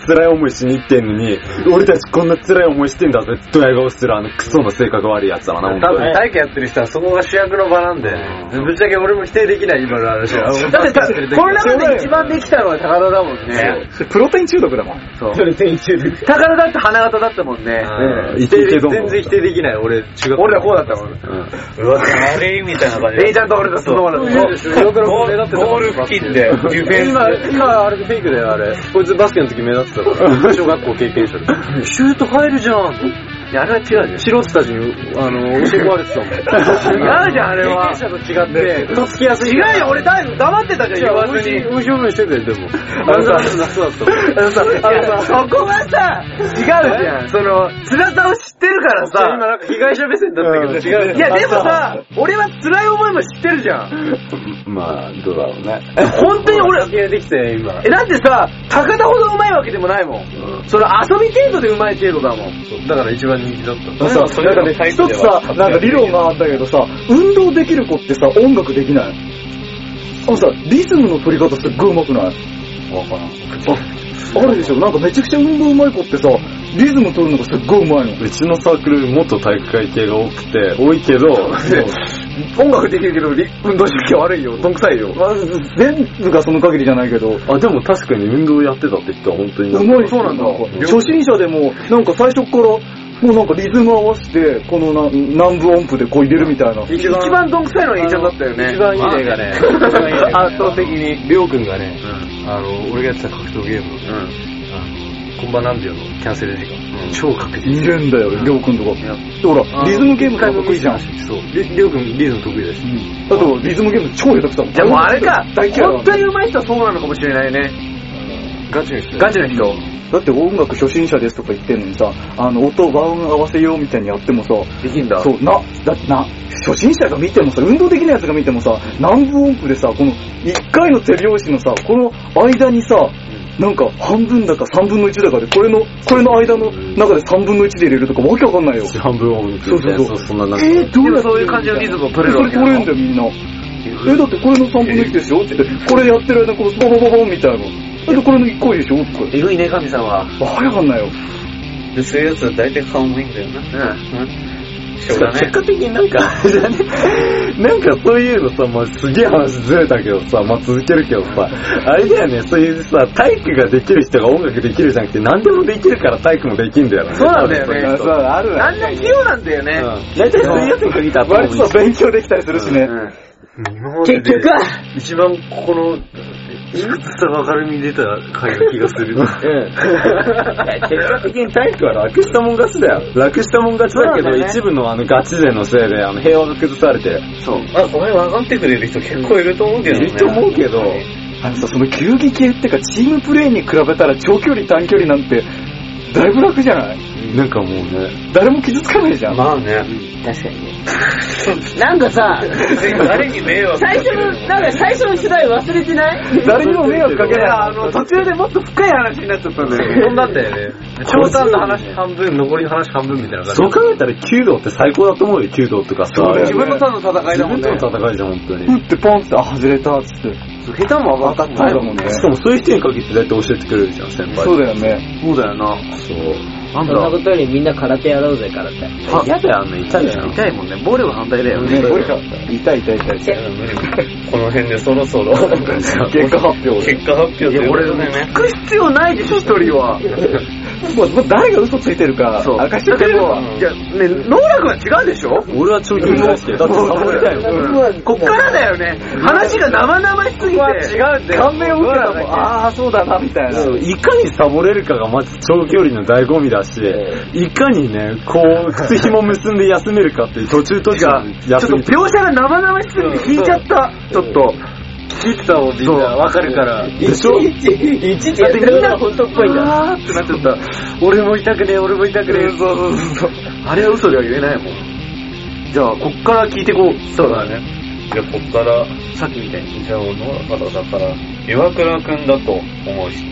辛い思いしに行ってんのに、俺たちこんな辛い思いしてんだぜ、ドヤ顔してるあのクソの性格悪いやつだな、ほん多と分体育やってる人はそこが主役の場なんで、ぶっちゃけ俺も否定できない今の話は。 (laughs) だって、この中で一番できたのは高田だもんね。プロテイン中毒だもん。そう。高田だって花形だったもんね。うんいけいけどうも全然否定できない、俺、中学俺らこうだったもん。うわ、あれみたいな感じレイちゃんと俺とスノーランド。ゴールゴール付近で、ディフェン今、今あれフェイクだよ、あれ。こいつバスケの時目立ってた (laughs) から、小学校経験者で。シュート入るじゃん。いや、あれは違うじゃん。素人たちに、あの、教え込まれ (laughs) てたもん。違うじゃんあれは経験者と違って、とっつきやすい。違うよ、俺だいぶ黙ってたじゃん、言わずに。無償分してたよ、でも。 (laughs) あのさ、夏だったもん。そこはさ、違うじゃん。その、辛さを知ってるか今らさ。なんか被害者目線だったけど違うよ。いや、で (laughs) もさ、俺は辛い思いも知ってるじゃん。まあ、どうだろうね。本当に俺、経験できたよ、今。え、だってさ、高田ほどうまいわけでもないもん。その遊び程度でうまい程度だもん。だから一番人気だったんだ。さ、それがね、一つさ、なんか理論があったけどさ、運動できる子ってさ、音楽できない。あのさ、リズムの取り方すっごい上手くないああるでしょなんかめちゃくちゃ運動上手い子ってさ、リズム取るのがすっごい上手いの。うちのサークル、もっと体育会系が多くて、多いけど、音楽できるけど、り運動神経悪いよ。どんくさいよ。まあ全部がその限りじゃないけど、 (laughs) あ、でも確かに運動やってたって人は本当にうまいそうなんだ。初心者でも、なんか最初っから、もうなんかリズム合わせて、このな南部音符でこう入れるみたいな。一番どんくさいのがいいちゃんだったよね。一番いい例がね、圧倒的に、りょうくんがね、あの、俺がやってた格闘ゲームの、あの、コンバ何秒のキャンセル時間、超確実。いるんだよ、りょうくんとか。でほら、リズムゲームとか得意じゃん。だそう。りりょうくん、リズム得意だし。と、リズムゲーム超下手くそだもん。じゃあもうあれか、大嫌いだも本ん当にうまい人はそうなのかもしれないね。ガチの人。ガチの人。だって音楽初心者ですとか言ってんのにさ、あの、音和音合わせようみたいにやってもさ、できんだ。そう、な、だってな、初心者が見てもさ、運動できないやつが見てもさ、南部音符でさ、この一回の手拍子のさ、この間にさ、なんか半分だか3分の1だかで、これの、これの間の中で3分の1で入れるとかわけわかんないよ。半分音符みたいな、そうそうそうそんななんか。えー、どうやってそういう感じのリズムを取れるそわれけ取れるんだよ、みんな。え、だってこれの3分の1でしょって言って、これやってる間、こう、ボボボボンみたいな。だってこれの1個でしょって言って。えぐいね、神様は。わかんないよ。で、そういうやつは大体顔もいいんだよな。うん。しょうがない結。果的になんか、あれだね (laughs) なんかそういうのさ、まあ、すげえ話ずれたけどさ、まあ、続けるけどさ、あれだよね、そういうさ、体育ができる人が音楽できるじゃなくて、何でもできるから体育もできんだよね。そうなんだよ多分ね。そういう人あるなんでも器用なんだよね。うん大体そういうやつが見たら割と勉強できたりするしね。今ま結でで局は、一番ここの、いくつさ明るみに出た回な気がする。 (laughs) 結果的に体育は楽したもん勝ちだよ。楽したもん勝ちだけど、一部のあのガチ勢のせいで、あの平和が崩されて、あ、お前分かってくれる人結構いると思うけどね。いると思うけど、あのさ、その球技系ってか、チームプレーに比べたら長距離短距離なんて、だいぶ楽じゃないなんかもうね、誰も傷つかないじゃん。まあね。確かにね。なんか (laughs) さ、誰に迷惑最初の、なんか最初の世代忘れてない誰にも迷惑かけいや、なあい。の、途中でもっと深い話になっちゃったんだよね。飛んだんだよね。長短の話半分、残りの話半分みたいな感じ。そう考えたら弓道って最高だと思うよ、弓道とかさ。自分のただの戦い自だもん分ねと。の戦いじゃん、本当に。打ってポンって、あ、外れた、つって。下手も分かっただもんね。しかもそういう人に限って大体教えてくれるじゃん、先輩。そうだよね。そうだよな。そう。そんなことよりみんな空手やろうぜ、空手。嫌だよ、あんな痛いじゃん。痛いもんね。暴力反対だよね。ね、これか。痛い痛い痛い。この辺でそろそろ、結結果発表。果発表ということでね。聞く必要ないでしょ、一人は。もうもう誰が嘘ついてるか、そう。明かしてくれるわ。いや、ね、能力は違うでしょ俺は長距離大好きだよ。だってサボりたいもん。こっからだよね。話が生々しすぎて。違うんだ感銘を受けたもん、ああ、そうだな、みたいな。そういかにサボれるかがまず長距離の醍醐味だし、いかにね、こう、靴紐結んで休めるかっていう途中途中ちょのっ休とみと描写が生々しすぎて引いちゃった。ちょっと。聞いてたもん、みんな。わかるから。でしょいちいちやってるのが本当っぽいんだ。あーってなっちゃった。俺も痛くねえ、俺も痛くねえ。そうそうそう。あれは嘘では言えないもん。じゃあ、こっから聞いてこう。そうだね。じゃあ、こっから、さっきみたいに。じゃあ、俺はまだだから、岩倉くんだと思う人。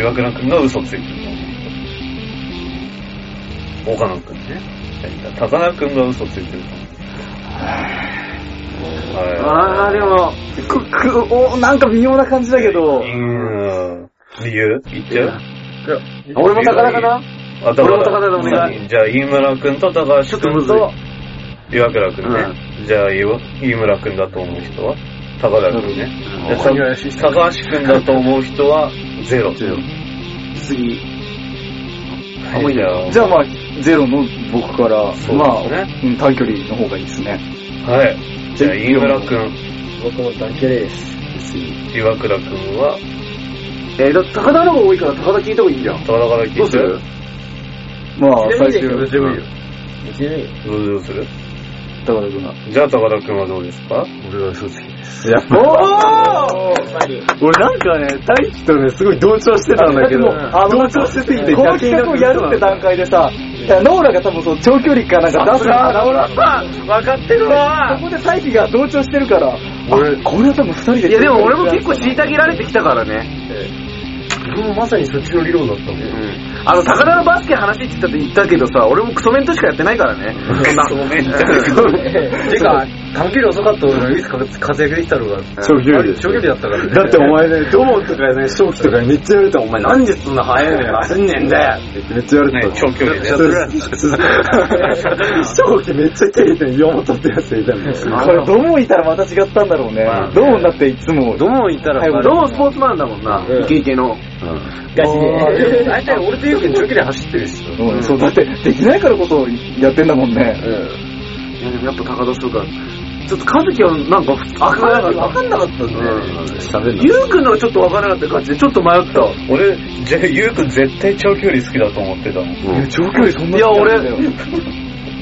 岩倉くんが嘘ついてると思う人。岡野くんね。高田くんが嘘ついてると思う。ああ、でも、く、く、お、なんか微妙な感じだけどう、ーん。理由言っちゃう俺も高田かなあ、だか俺も高田でお願ら、じゃあ、飯村くんと高橋くんと、岩倉くんね。じゃあ、岩飯村くんだと思う人は高田くんね。でた高橋くんだと思う人は、ゼロ。次。はいじゃあじゃあまあ、ゼロの僕から、そうまあ、ですうん短距離の方がいいですね。はい。じゃあ、飯村くん、僕も短距離です。岩倉くんは、えー、だって高田の方が多いから高田聞いた方がいいんじゃん。高田から聞いてどうするまあ、最終、ど高っ田ちでもいいよ。どっちでもいいよ。どうする君は。じゃあ、高田くんはどうですかやっぱ俺なんかね、大輝とね、すごい同調してたんだけど、同調してすぎてこの逆企にな画をやるって段階でさ、いやノーラが多分その長距離かなんか出すのかな、俺はさ、分かってるわここで大輝が同調してるから、あこれは多分二人で。いや、でも俺も結構虐げられてきたからね。僕もまさにそっちの理論だったもん。あの、高田のバスケ話って言ったって言ったけどさ、俺もクソメントしかやってないから (laughs) ね。そんな。クソメント。てか、短距離遅かった俺が唯一活躍できたのが、長距離です長距離だったからね。だってお前ね、ドモンとかね、正気とかにめっちゃ言われたお前なんでそんな早いのよ、走んねえんだよってめっちゃ言われてた。長距離ね。正気めっちゃ切れてる、岩本ってやつがいたんだよ。これ、ドモンいたらまた違ったんだろうねまあ。ドモンだっていつも、ドモンいたら、ドモンスポーツマンだもんな。イケイケの。ガチで。大体俺とユウキの長距離走ってるし。うんそう、だって、できないからこそやってんだもんね。いや、でもやっぱ高田そうか。ちょっと和樹はなんか、あかなかった。かんなかったんだよ。喋んなゆうくんのはちょっとわからなかった感じで、ちょっと迷った。俺、じゃあ、ゆうくん絶対長距離好きだと思ってたもん。いや、長距離そんな好きいや俺なんだよ、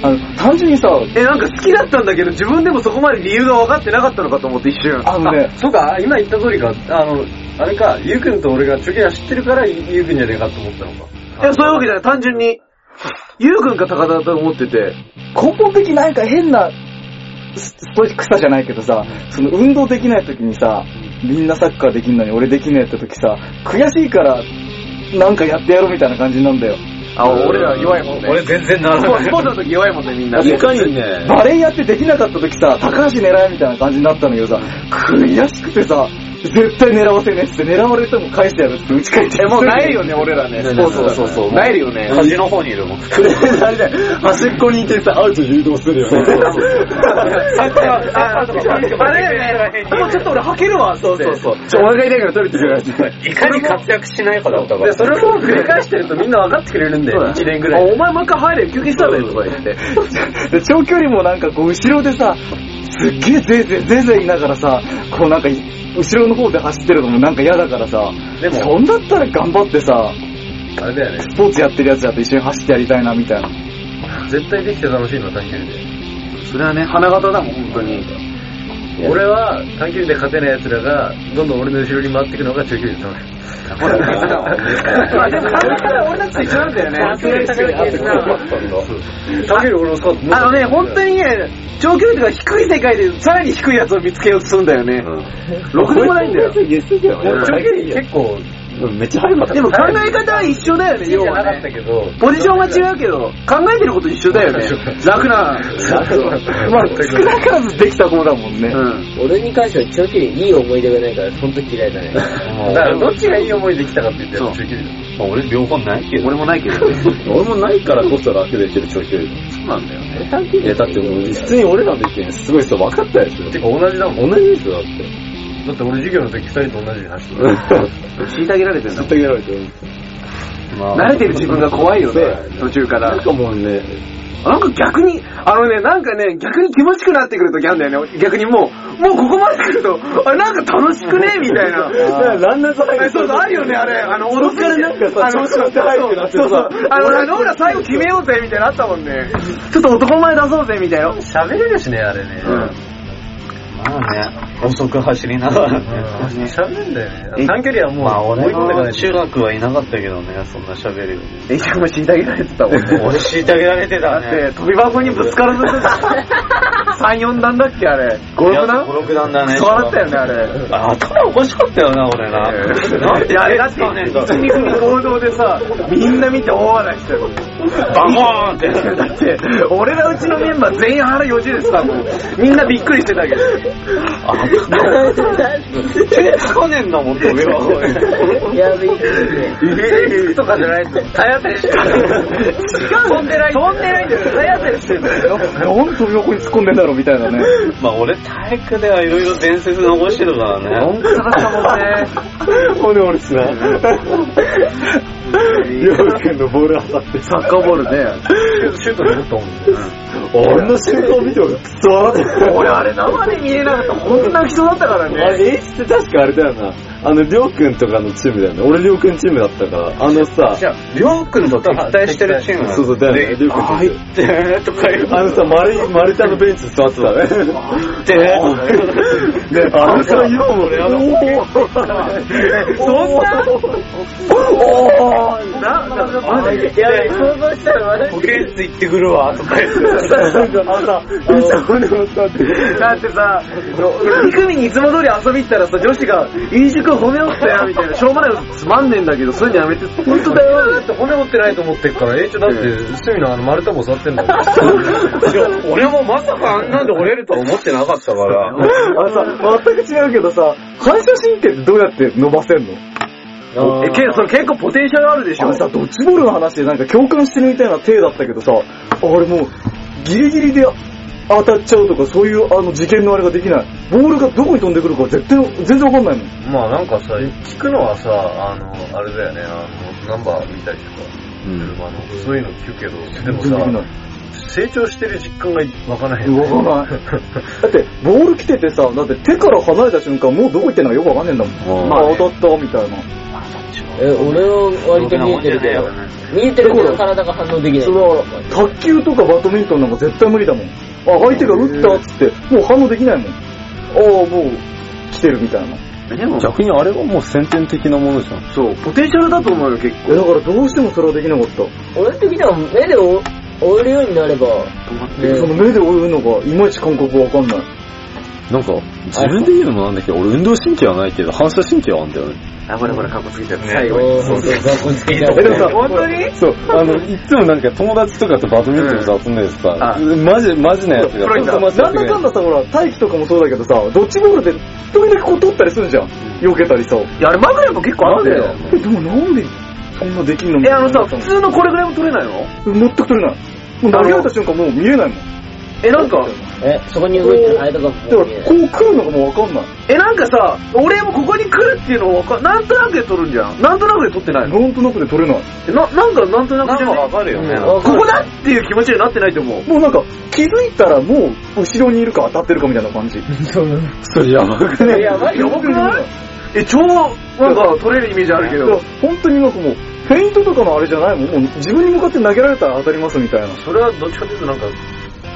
あの、単純にさ、え、なんか好きだったんだけど、自分でもそこまで理由が分かってなかったのかと思って一瞬。あのね、そうか、今言った通りか、あの、あれか、ゆうくんと俺が長距離走ってるから、ゆうくんじゃねえかと思ったのか。いや、そういうわけじゃない。単純に、ゆうくんか高田だと思ってて。根本的になんか変な、スストイックさじゃないけどさ、その運動できない時にさ、みんなサッカーできんのに俺できねえって時さ、悔しいから、なんかやってやろうみたいな感じなんだよ。あ、俺ら弱いもんね。俺全然ならスポーツなスいポ。ーツの時弱いもんね、みんな。いかにね、バレーやってできなかった時さ、高橋狙えみたいな感じになったんだけどさ、悔しくてさ、絶対狙わせねえっつって、狙われても返してやるっつって打ち返って。え、もうないよね、俺らね。そうそうそうそう。ないよね。端の方にいるも (laughs) ん。くれられない。端っこにいてさ、アウト誘導するよね。あ、あれよね。もうちょっと俺吐けるわ、そうそうそう。ちょ、お腹痛いから取れてくれって。いかに活躍しないかだったかでら。それを繰り返してるとみんな分かってくれるんだよ、1年ぐらい。お前もう一回入れよ、休憩したんだよ、とか言って。で、長距離もなんかこう、後ろでさ、すっげえぜいぜいぜいぜい言いながらさ、こうなんかい、後ろの方で走ってるのもなんか嫌だからさ、でもそんだったら頑張ってさ、あれだよね、スポーツやってるやつだと一緒に走ってやりたいな、みたいな。絶対できて楽しいのは短距離で。それはね、花形だもん、本当に。俺は短距離で勝てない奴らが、どんどん俺の後ろに回っていくのが長距離で楽しい。ほら、別だもん。まあでも、花形は俺たちと一緒なんだよね。短距離俺もそう、あのね、本当にね、長距離とか低い世界でさらに低いやつを見つけようとするんだよね。ろくでもないんだよ。長距離結構、めっちゃ早かった。でも考え方は一緒だよね、要じゃなはかったね。けど、ポジションは違うけど、考えてること一緒だよね。楽な。まあ、少なからずできた子だもんうね。ん。俺に関しては長距離いい思い出がないから、ほんと嫌いだね。だからどっちがいい思いできたかって言ったらそう中距離だ。まあ俺両方ないけど。俺もないけどね。 (laughs) 俺もないからこそ楽できる長距離。そうなんだよね。短距いや、だってもう、普通に俺らの意見すごい人分かったでしょ。てか同じだもん。同じでしょ、だって。だって俺授業の時二人と同じで走って (laughs) 虐げられてるんだもん。てられてる。慣れてる自分が怖いよねそうだよね、 (laughs) 途中かならん。かもうね、なんか逆に、あのね、なんかね、逆に気持ちくなってくるときあるんだよね。逆にもう、もうここまで来ると、あれなんか楽しくねみたいな。ランナーズハイえそうそう、あるよね、あれ。あの、脅かれなんかさ、あの、そうそうそう。あの、あの、ほら、最後決めようぜ、みたいなのあったもんね。ちょっと男前出そうぜ、みたいな。た。喋れるしね、あれね。まあね、遅く走りながらね。喋れるんだよね。短距離はもう、まあ追俺い込んでかなのいと中学はいなかったけどね、そんな喋るよね。え、しかも虐げられてたもんね。俺虐げられてだたってね。、飛び箱にぶつからずてた。3、4段だっけ、あれ。5、6 ?5、段6段だね。変わったよね、あれ。あ頭おかしかったよな、俺な。なんいでや、あれだだっ、っててね、ね、1、2組合同でさ、みんな見て大笑いしてる。バコーンって。だって、俺らうちのメンバー全員腹よじれてたもん。みんなびっくりしてたけど。手つねんだもん、飛び箱に。やべえ。手とかじゃないです体当たりしてる。飛んでない。飛んでないんだよ。体当たりしてるんだよ。なんで飛び箱に突っ込んでんだろうみたいなね。まあ俺体育ではいろいろ伝説残してるからね。当だったもんね。骨折るしな。りょうくんのボール当たってサッカーボールね。シュート打ったもんね。あんな瞬間見て俺、くそ笑ってた。俺あれ生で見れなかった。こんな人だったからあね。れ、演出って確かあれだよな。あの、りょうくんとかのチームだよね。俺、りょうくんチームだったから。あのさ、じゃあ、りょうくんと敵対してるチームそうそう、だよね。りょうくんチーム。で、とか言う。あのさ、丸い、丸太のベンチに座ってたね。って。ね、あのさ、今もね、あの、そんなおーな、な、マジで。やべえ、想像したら悪い。保健室行ってくるわ、とか言って。だってさ、2組にいつも通り遊び行ったらさ、女子が、飲食褒めよったよ、みたいな。しょうもないつまんねえんだけど、そういうのやめて。本当だよ。だって骨折ってないと思ってっから、え、ちょ、だって、隅のあの丸太も座ってんだ (laughs) もん。いや俺もまさかあんなんで折れるとは思ってなかったから。 (laughs) あのさ、全く違うけどさ、反射神経ってどうやって伸ばせんのえ、けどそれ結構ポテンシャルあるでしあょの。さ、ドッジボールの話でなんか共感してるみたいな体だったけどさ、俺もう、ギリギリで当たっちゃうとか、そういうあの事件のあれができない。ボールがどこに飛んでくるか絶対、全然わかんないもん。まあなんかさ、聞くのはさ、あの、あれだよね、あの、ナンバー見たりとか、Hmm. 車の、そういうの聞くけど、でも全然できないさ、成長してる実感が湧かないよね。わかんない。だって、ボール来ててさ、だって手から離れた瞬間、もうどこ行ってんのかよくわかんねえんだもん。まあ、当たった、みたいな。 (laughs) え、俺は割と見えてるけど、見えてるけど体が反応できない。その、卓球とかバドミントンなんか絶対無理だもん。あ、相手が打ったっつって、もう反応できないもん。ああ、もう、来てるみたいな。でも、逆にあれはもう先天的なものじゃん。そう、ポテンシャルだと思うよ、結構。え、だからどうしてもそれはできなかった。俺の時でも目で追追えるようになれば、そのね、目で追うのが、いまいち感覚わかんない。 (laughs) なんか、自分で言うのもなんだけど、俺運動神経はないけど、反射神経はあんだよね。あ、ほらほら、かっこつけちゃった。最最後後おに。ー、そうそう、学校に着いちゃう。 (laughs) (laughs) 本当にそう、あの、いつもなんか友達とかとバドミントンと遊んでてさ、マジ、マジなやつが、プロになるマジなんだかんださ、ほら、大気とかもそうだけどさ、ドッジボールで、時々こう取ったりするじゃん。避けたりさ。いや、あれ、マグネット結構あるんだよ。え、でもなんで、そんなできんのえ、あのさ、普通のこれぐらいも取れないの全く取れない。もう投げられた瞬間もう見えないもん。え、なんか、え、そこに動いてる間だがから、こう来るのがもうわかんない。え、なんかさ、俺もここに来るっていうのをわかなんとなくで取るんじゃん。なんとなくで取ってないのなんとなくで取れない。えな、なんかなんとなくじゃねわかるよね。 (laughs) ここだっていう気持ちになってないと思う。もうなんか、気づいたらもう、後ろにいるか当たってるかみたいな (laughs) 感じ。それやばくね。やばい、やばくないえ、超、なんか取れるイメージあるけいやど。本当になんかもう、フェイントとかのあれじゃないもん。もう自分に向かって投げられたら当たりますみたいな。それはどっちかというとなんか、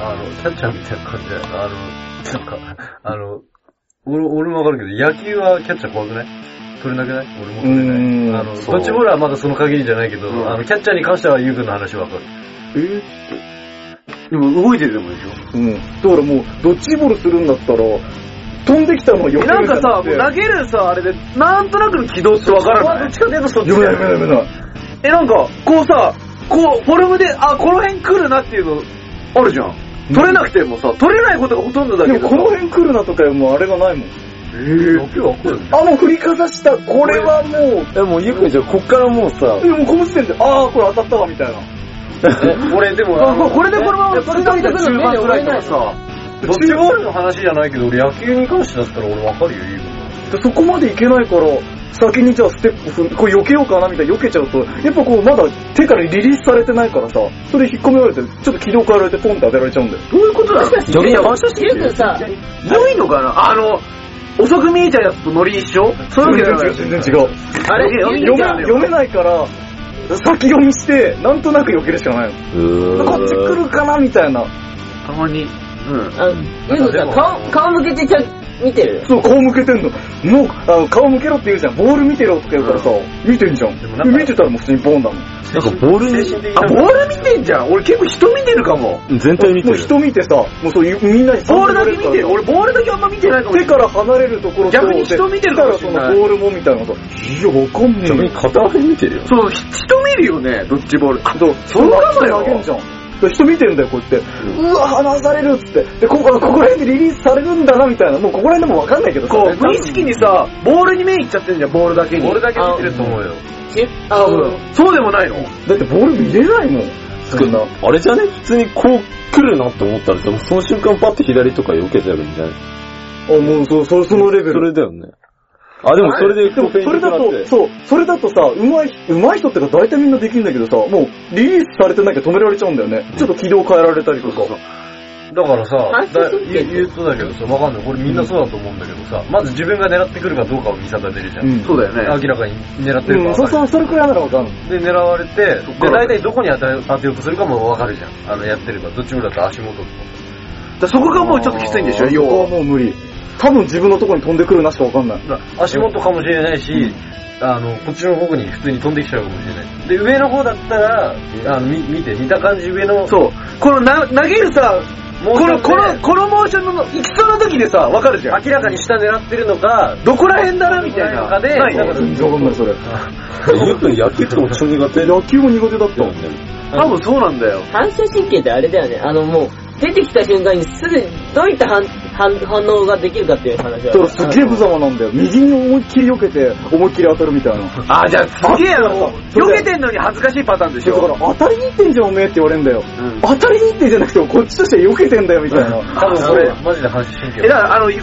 あの、キャッチャーみたいな感じで、あの、なんか、あの、俺俺もわかるけど、野球はキャッチャー怖くない取れなくない俺も取れうーんない。あの、どっちもらはまだその限りじゃないけど、あの、キャッチャーに関してはユウ君の話わかる。でも動いてるでもでしょ。うん。だからもう、ドッジボールするんだったら、飛んできたのを避けえるなんかじゃさ、くもてう投げるさ、あれで、なんとなくの軌道ってわからない。やばいやばいやばいやばい。え、なんか、こうさ、こう、フォルムで、あ、この辺来るなっていうの、あるじゃん。取れなくてもさ、取れないことがほとんどだでけもどこの辺来るなとかもうあれがないもん。あ、もう振りかざした。これはもう、え、もうゆうくんじゃあ、こっからもうさ、でもこの時点で、あーこれ当たったわ、みたいな。俺でも、あここれでこのまま取り上げてくるの目で追えないさ。ドッジボールの話じゃないけど、俺野球に関してだったら俺わかるよ、ユウ君。でそこまでいけないから、先にじゃあステップ踏んこれ避けようかなみたいな避けちゃうと、やっぱこうまだ手からリリースされてないからさ、それ引っ込められて、ちょっと軌道変えられてポンって当てられちゃうんだよ。どういうことだ逆に反射ゆうくんさ、良いのかなあの、遅く見えちゃうやつとノリ一緒そういうわけじゃ全ない。然違う。あれ、読読みめ読めないから、先読みして、なんとなく避けるしかないの。こっち来るかなみたいな。たまに。うん。あゆうくんさ、顔、顔向けてちゃん、見てるそう、顔向けてんの。もう、あの顔向けろって言うじゃん。ボール見てろとか言うからさ、見てんじゃん。見てたらもう普通にボーンだもん。なんかボールに、あ、ボール見てんじゃん俺結構人見てるかも。全体見てもうる。人見てさ、もうそういう、みんなにボールだけ見てる。俺ボールだけあんま見てないかもし手れない。から離れるところと逆に人見てるかもしれない手からそのボールもみたいなこと。いや、わかんねえ逆によ。片割れ見てるよ。そう、ひ人見るよね、ドッジボール。あ、そう、そうなの投げんよ。じゃん。だから人見てんだよ、こうやって。うわ、離されるっつって。で、ここ、ここら辺でリリースされるんだな、みたいな。もうここら辺でもわかんないけどさこう、無意識にさ、ボールに目いっちゃってんじゃん、ボールだけに。俺だけ見てると思うよ。ちあ、うん。そうでもないのだってボール見れないもん。そんな。あれじゃね普通にこう来るなって思ったらさ、もうその瞬間パッて左とか避けちゃうんじゃないあ、もう、そう、そそのレベそル。れだよね。あ、でもそれで、でも、それだと、そう、それだとさ、うまい、うまい人ってか大体みんなできるんだけどさ、もう、リリースされてなきゃ止められちゃうんだよね。ちょっと軌道変えられたりとか。だからさ、反射だ神経言う言うとだけどさ、わかんない。これみんなそうだと思うんだけどさ、まず自分が狙ってくるかどうかを見定めるじゃん。うんそうだよね。明らかに狙ってうるかん、わそかうるじゃんそう、それくらいならわかんない。で、狙われて、でそっか、ら大体どこに当て当てようとするかもわかるじゃん。あの、やってれば。どっちもだと足元とか。だそこがもうちょっときついんでしょ、そこは要は。もう無理。多分自分のとこに飛んでくるなしかわかんない。だから足元かもしれないし、あの、こっちの方向に普通に飛んできちゃうかもしれない。で、上の方だったら、あの、み見て、見た感じ上の、う。そう。このな、投げるさ、モーこションの、でこの、このモーションの、行きそうな時でさ、わかるじゃん。明らかに下狙ってるのか、どこら辺だな、みたいな。どこら辺かでないそう全然わかんない、それ。ゆうくん野球とかも超苦手だ野球も苦手だったももんん。ね。多分そうなんだよ。反射神経ってあれだよね。あの、もう、出てきた瞬間にすぐ、どういった反、反、反応ができるかっていう話だは。からすげえ無様なんだよ。右に思いっきり避けて、思いっきり当たるみたいな。だあ、じゃあすげえやろ。それ (laughs) 避けてんのに恥ずかしいパターンでしかょ。ら当たりに行ってんじゃん、おめえって言われんだよ。うん当たりに (laughs) 行ってんじゃなくても、こっちとしては避けてんだよ、みたいな。多分それ、マジで反射神え、だ。経から、あの、分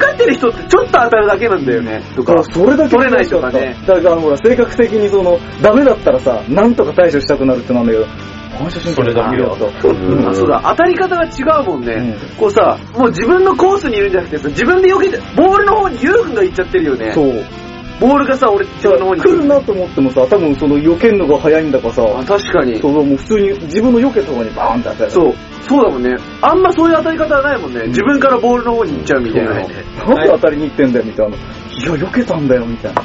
かってる人ってちょっと当たるだけなんだよね。とだか。からそれだけ取れないとかね。だからほら、性格的にその、ダメだったらさ、なんとか対処したくなるってなんだけど、それだけは。あそうだ、当たり方が違うもんね、うこうさ、もう自分のコースにいるんじゃなくてさ、自分で避けて、ボールの方にゆうくんが行っちゃってるよね。そう。ボールがさ、俺、自だ分かの方らに来るなと思ってもさ、多分その避けんのが早いんだかさ、あ、確かにそ。のもう普通に自分の避けた方にバーンって当たる。そう、そうだもんね。あんまそういう当たり方はないもんね。自分からボールの方に行っちゃうみたいな。なんで当たりに行ってんだよ、みたいな。いや、避けたんだよ、みたいな。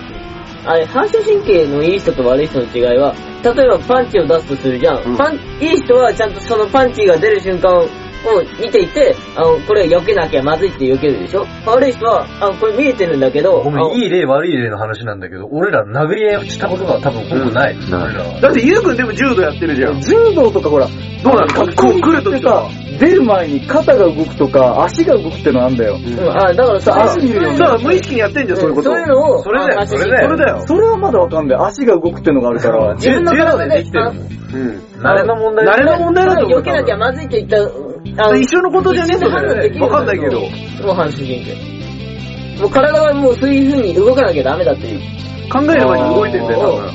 あれ、反射神経のいい人と悪い人の違いは、例えばパンチを出すとするじゃん。うんパンいい人はちゃんとそのパンチが出る瞬間をを見ていて、あの、これ避けなきゃまずいって避けるでしょ悪い人は、あの、これ見えてるんだけど、ごあのめん、いい例悪い例の話なんだけど、俺ら殴り合いしたことが多分ほぼない。俺らはだって、ゆうくんでも柔道やってるじゃん。柔道とかほら、どうなのこう来るとってきはさ。、出る前に肩が動くとか、足が動くってのあんだよ。うんあ、だからさ、あの足見るよだから無意識にやってんじゃん、そういうこと。そういうのを、それだよあのそれだよそれだよ。それはまだわかんない。足が動くってのがあるから。自分の体で、あの慣れの問題慣れの問題だと思避う。けなきゃまずいって言った、あの一緒のことじゃねえんだよね。わかんないけど。。もう反射神経。もう体はもうそういう風に動かなきゃダメだっていう。考える前に動いてんだよ、多分。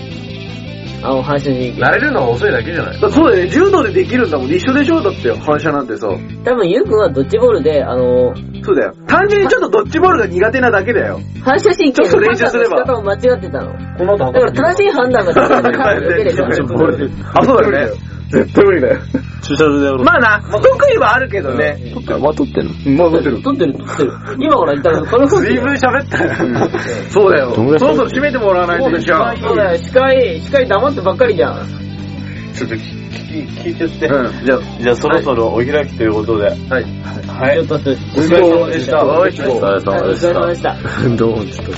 あの、反射神経。慣れるのが遅いだけじゃないだからそうだよね、柔道でできるんだもん、一緒でしょだってよ、反射なんてさ。多分、ゆうくんはドッジボールで、あの、そうだよ。単純にちょっとドッジボールが苦手なだけだよ。反射神経のちょっと判練習断すのれ仕ば方を間違ってたの。だこの後から正しい判断ができなかっただけでし (laughs) ょ。あ、そうだよね。絶対無理だよ。駐車場でやろう。まあな、不得意はあるけどね。まとってんのまあ、出てる。撮ってる、撮ってる。今ほら言ったら、この風景。喋ったよ。そうだよ。そろそろ締めてもらわないとでしょ。そうだよ、司会、司会黙ってばっかりじゃん。ちょっと聞き聞いちゃって。うん、じゃあ、じゃあそろそろお開きということで。はい。はい。ちょっと、お疲お疲れ様でした。れ様でした。どうも、ちょっと。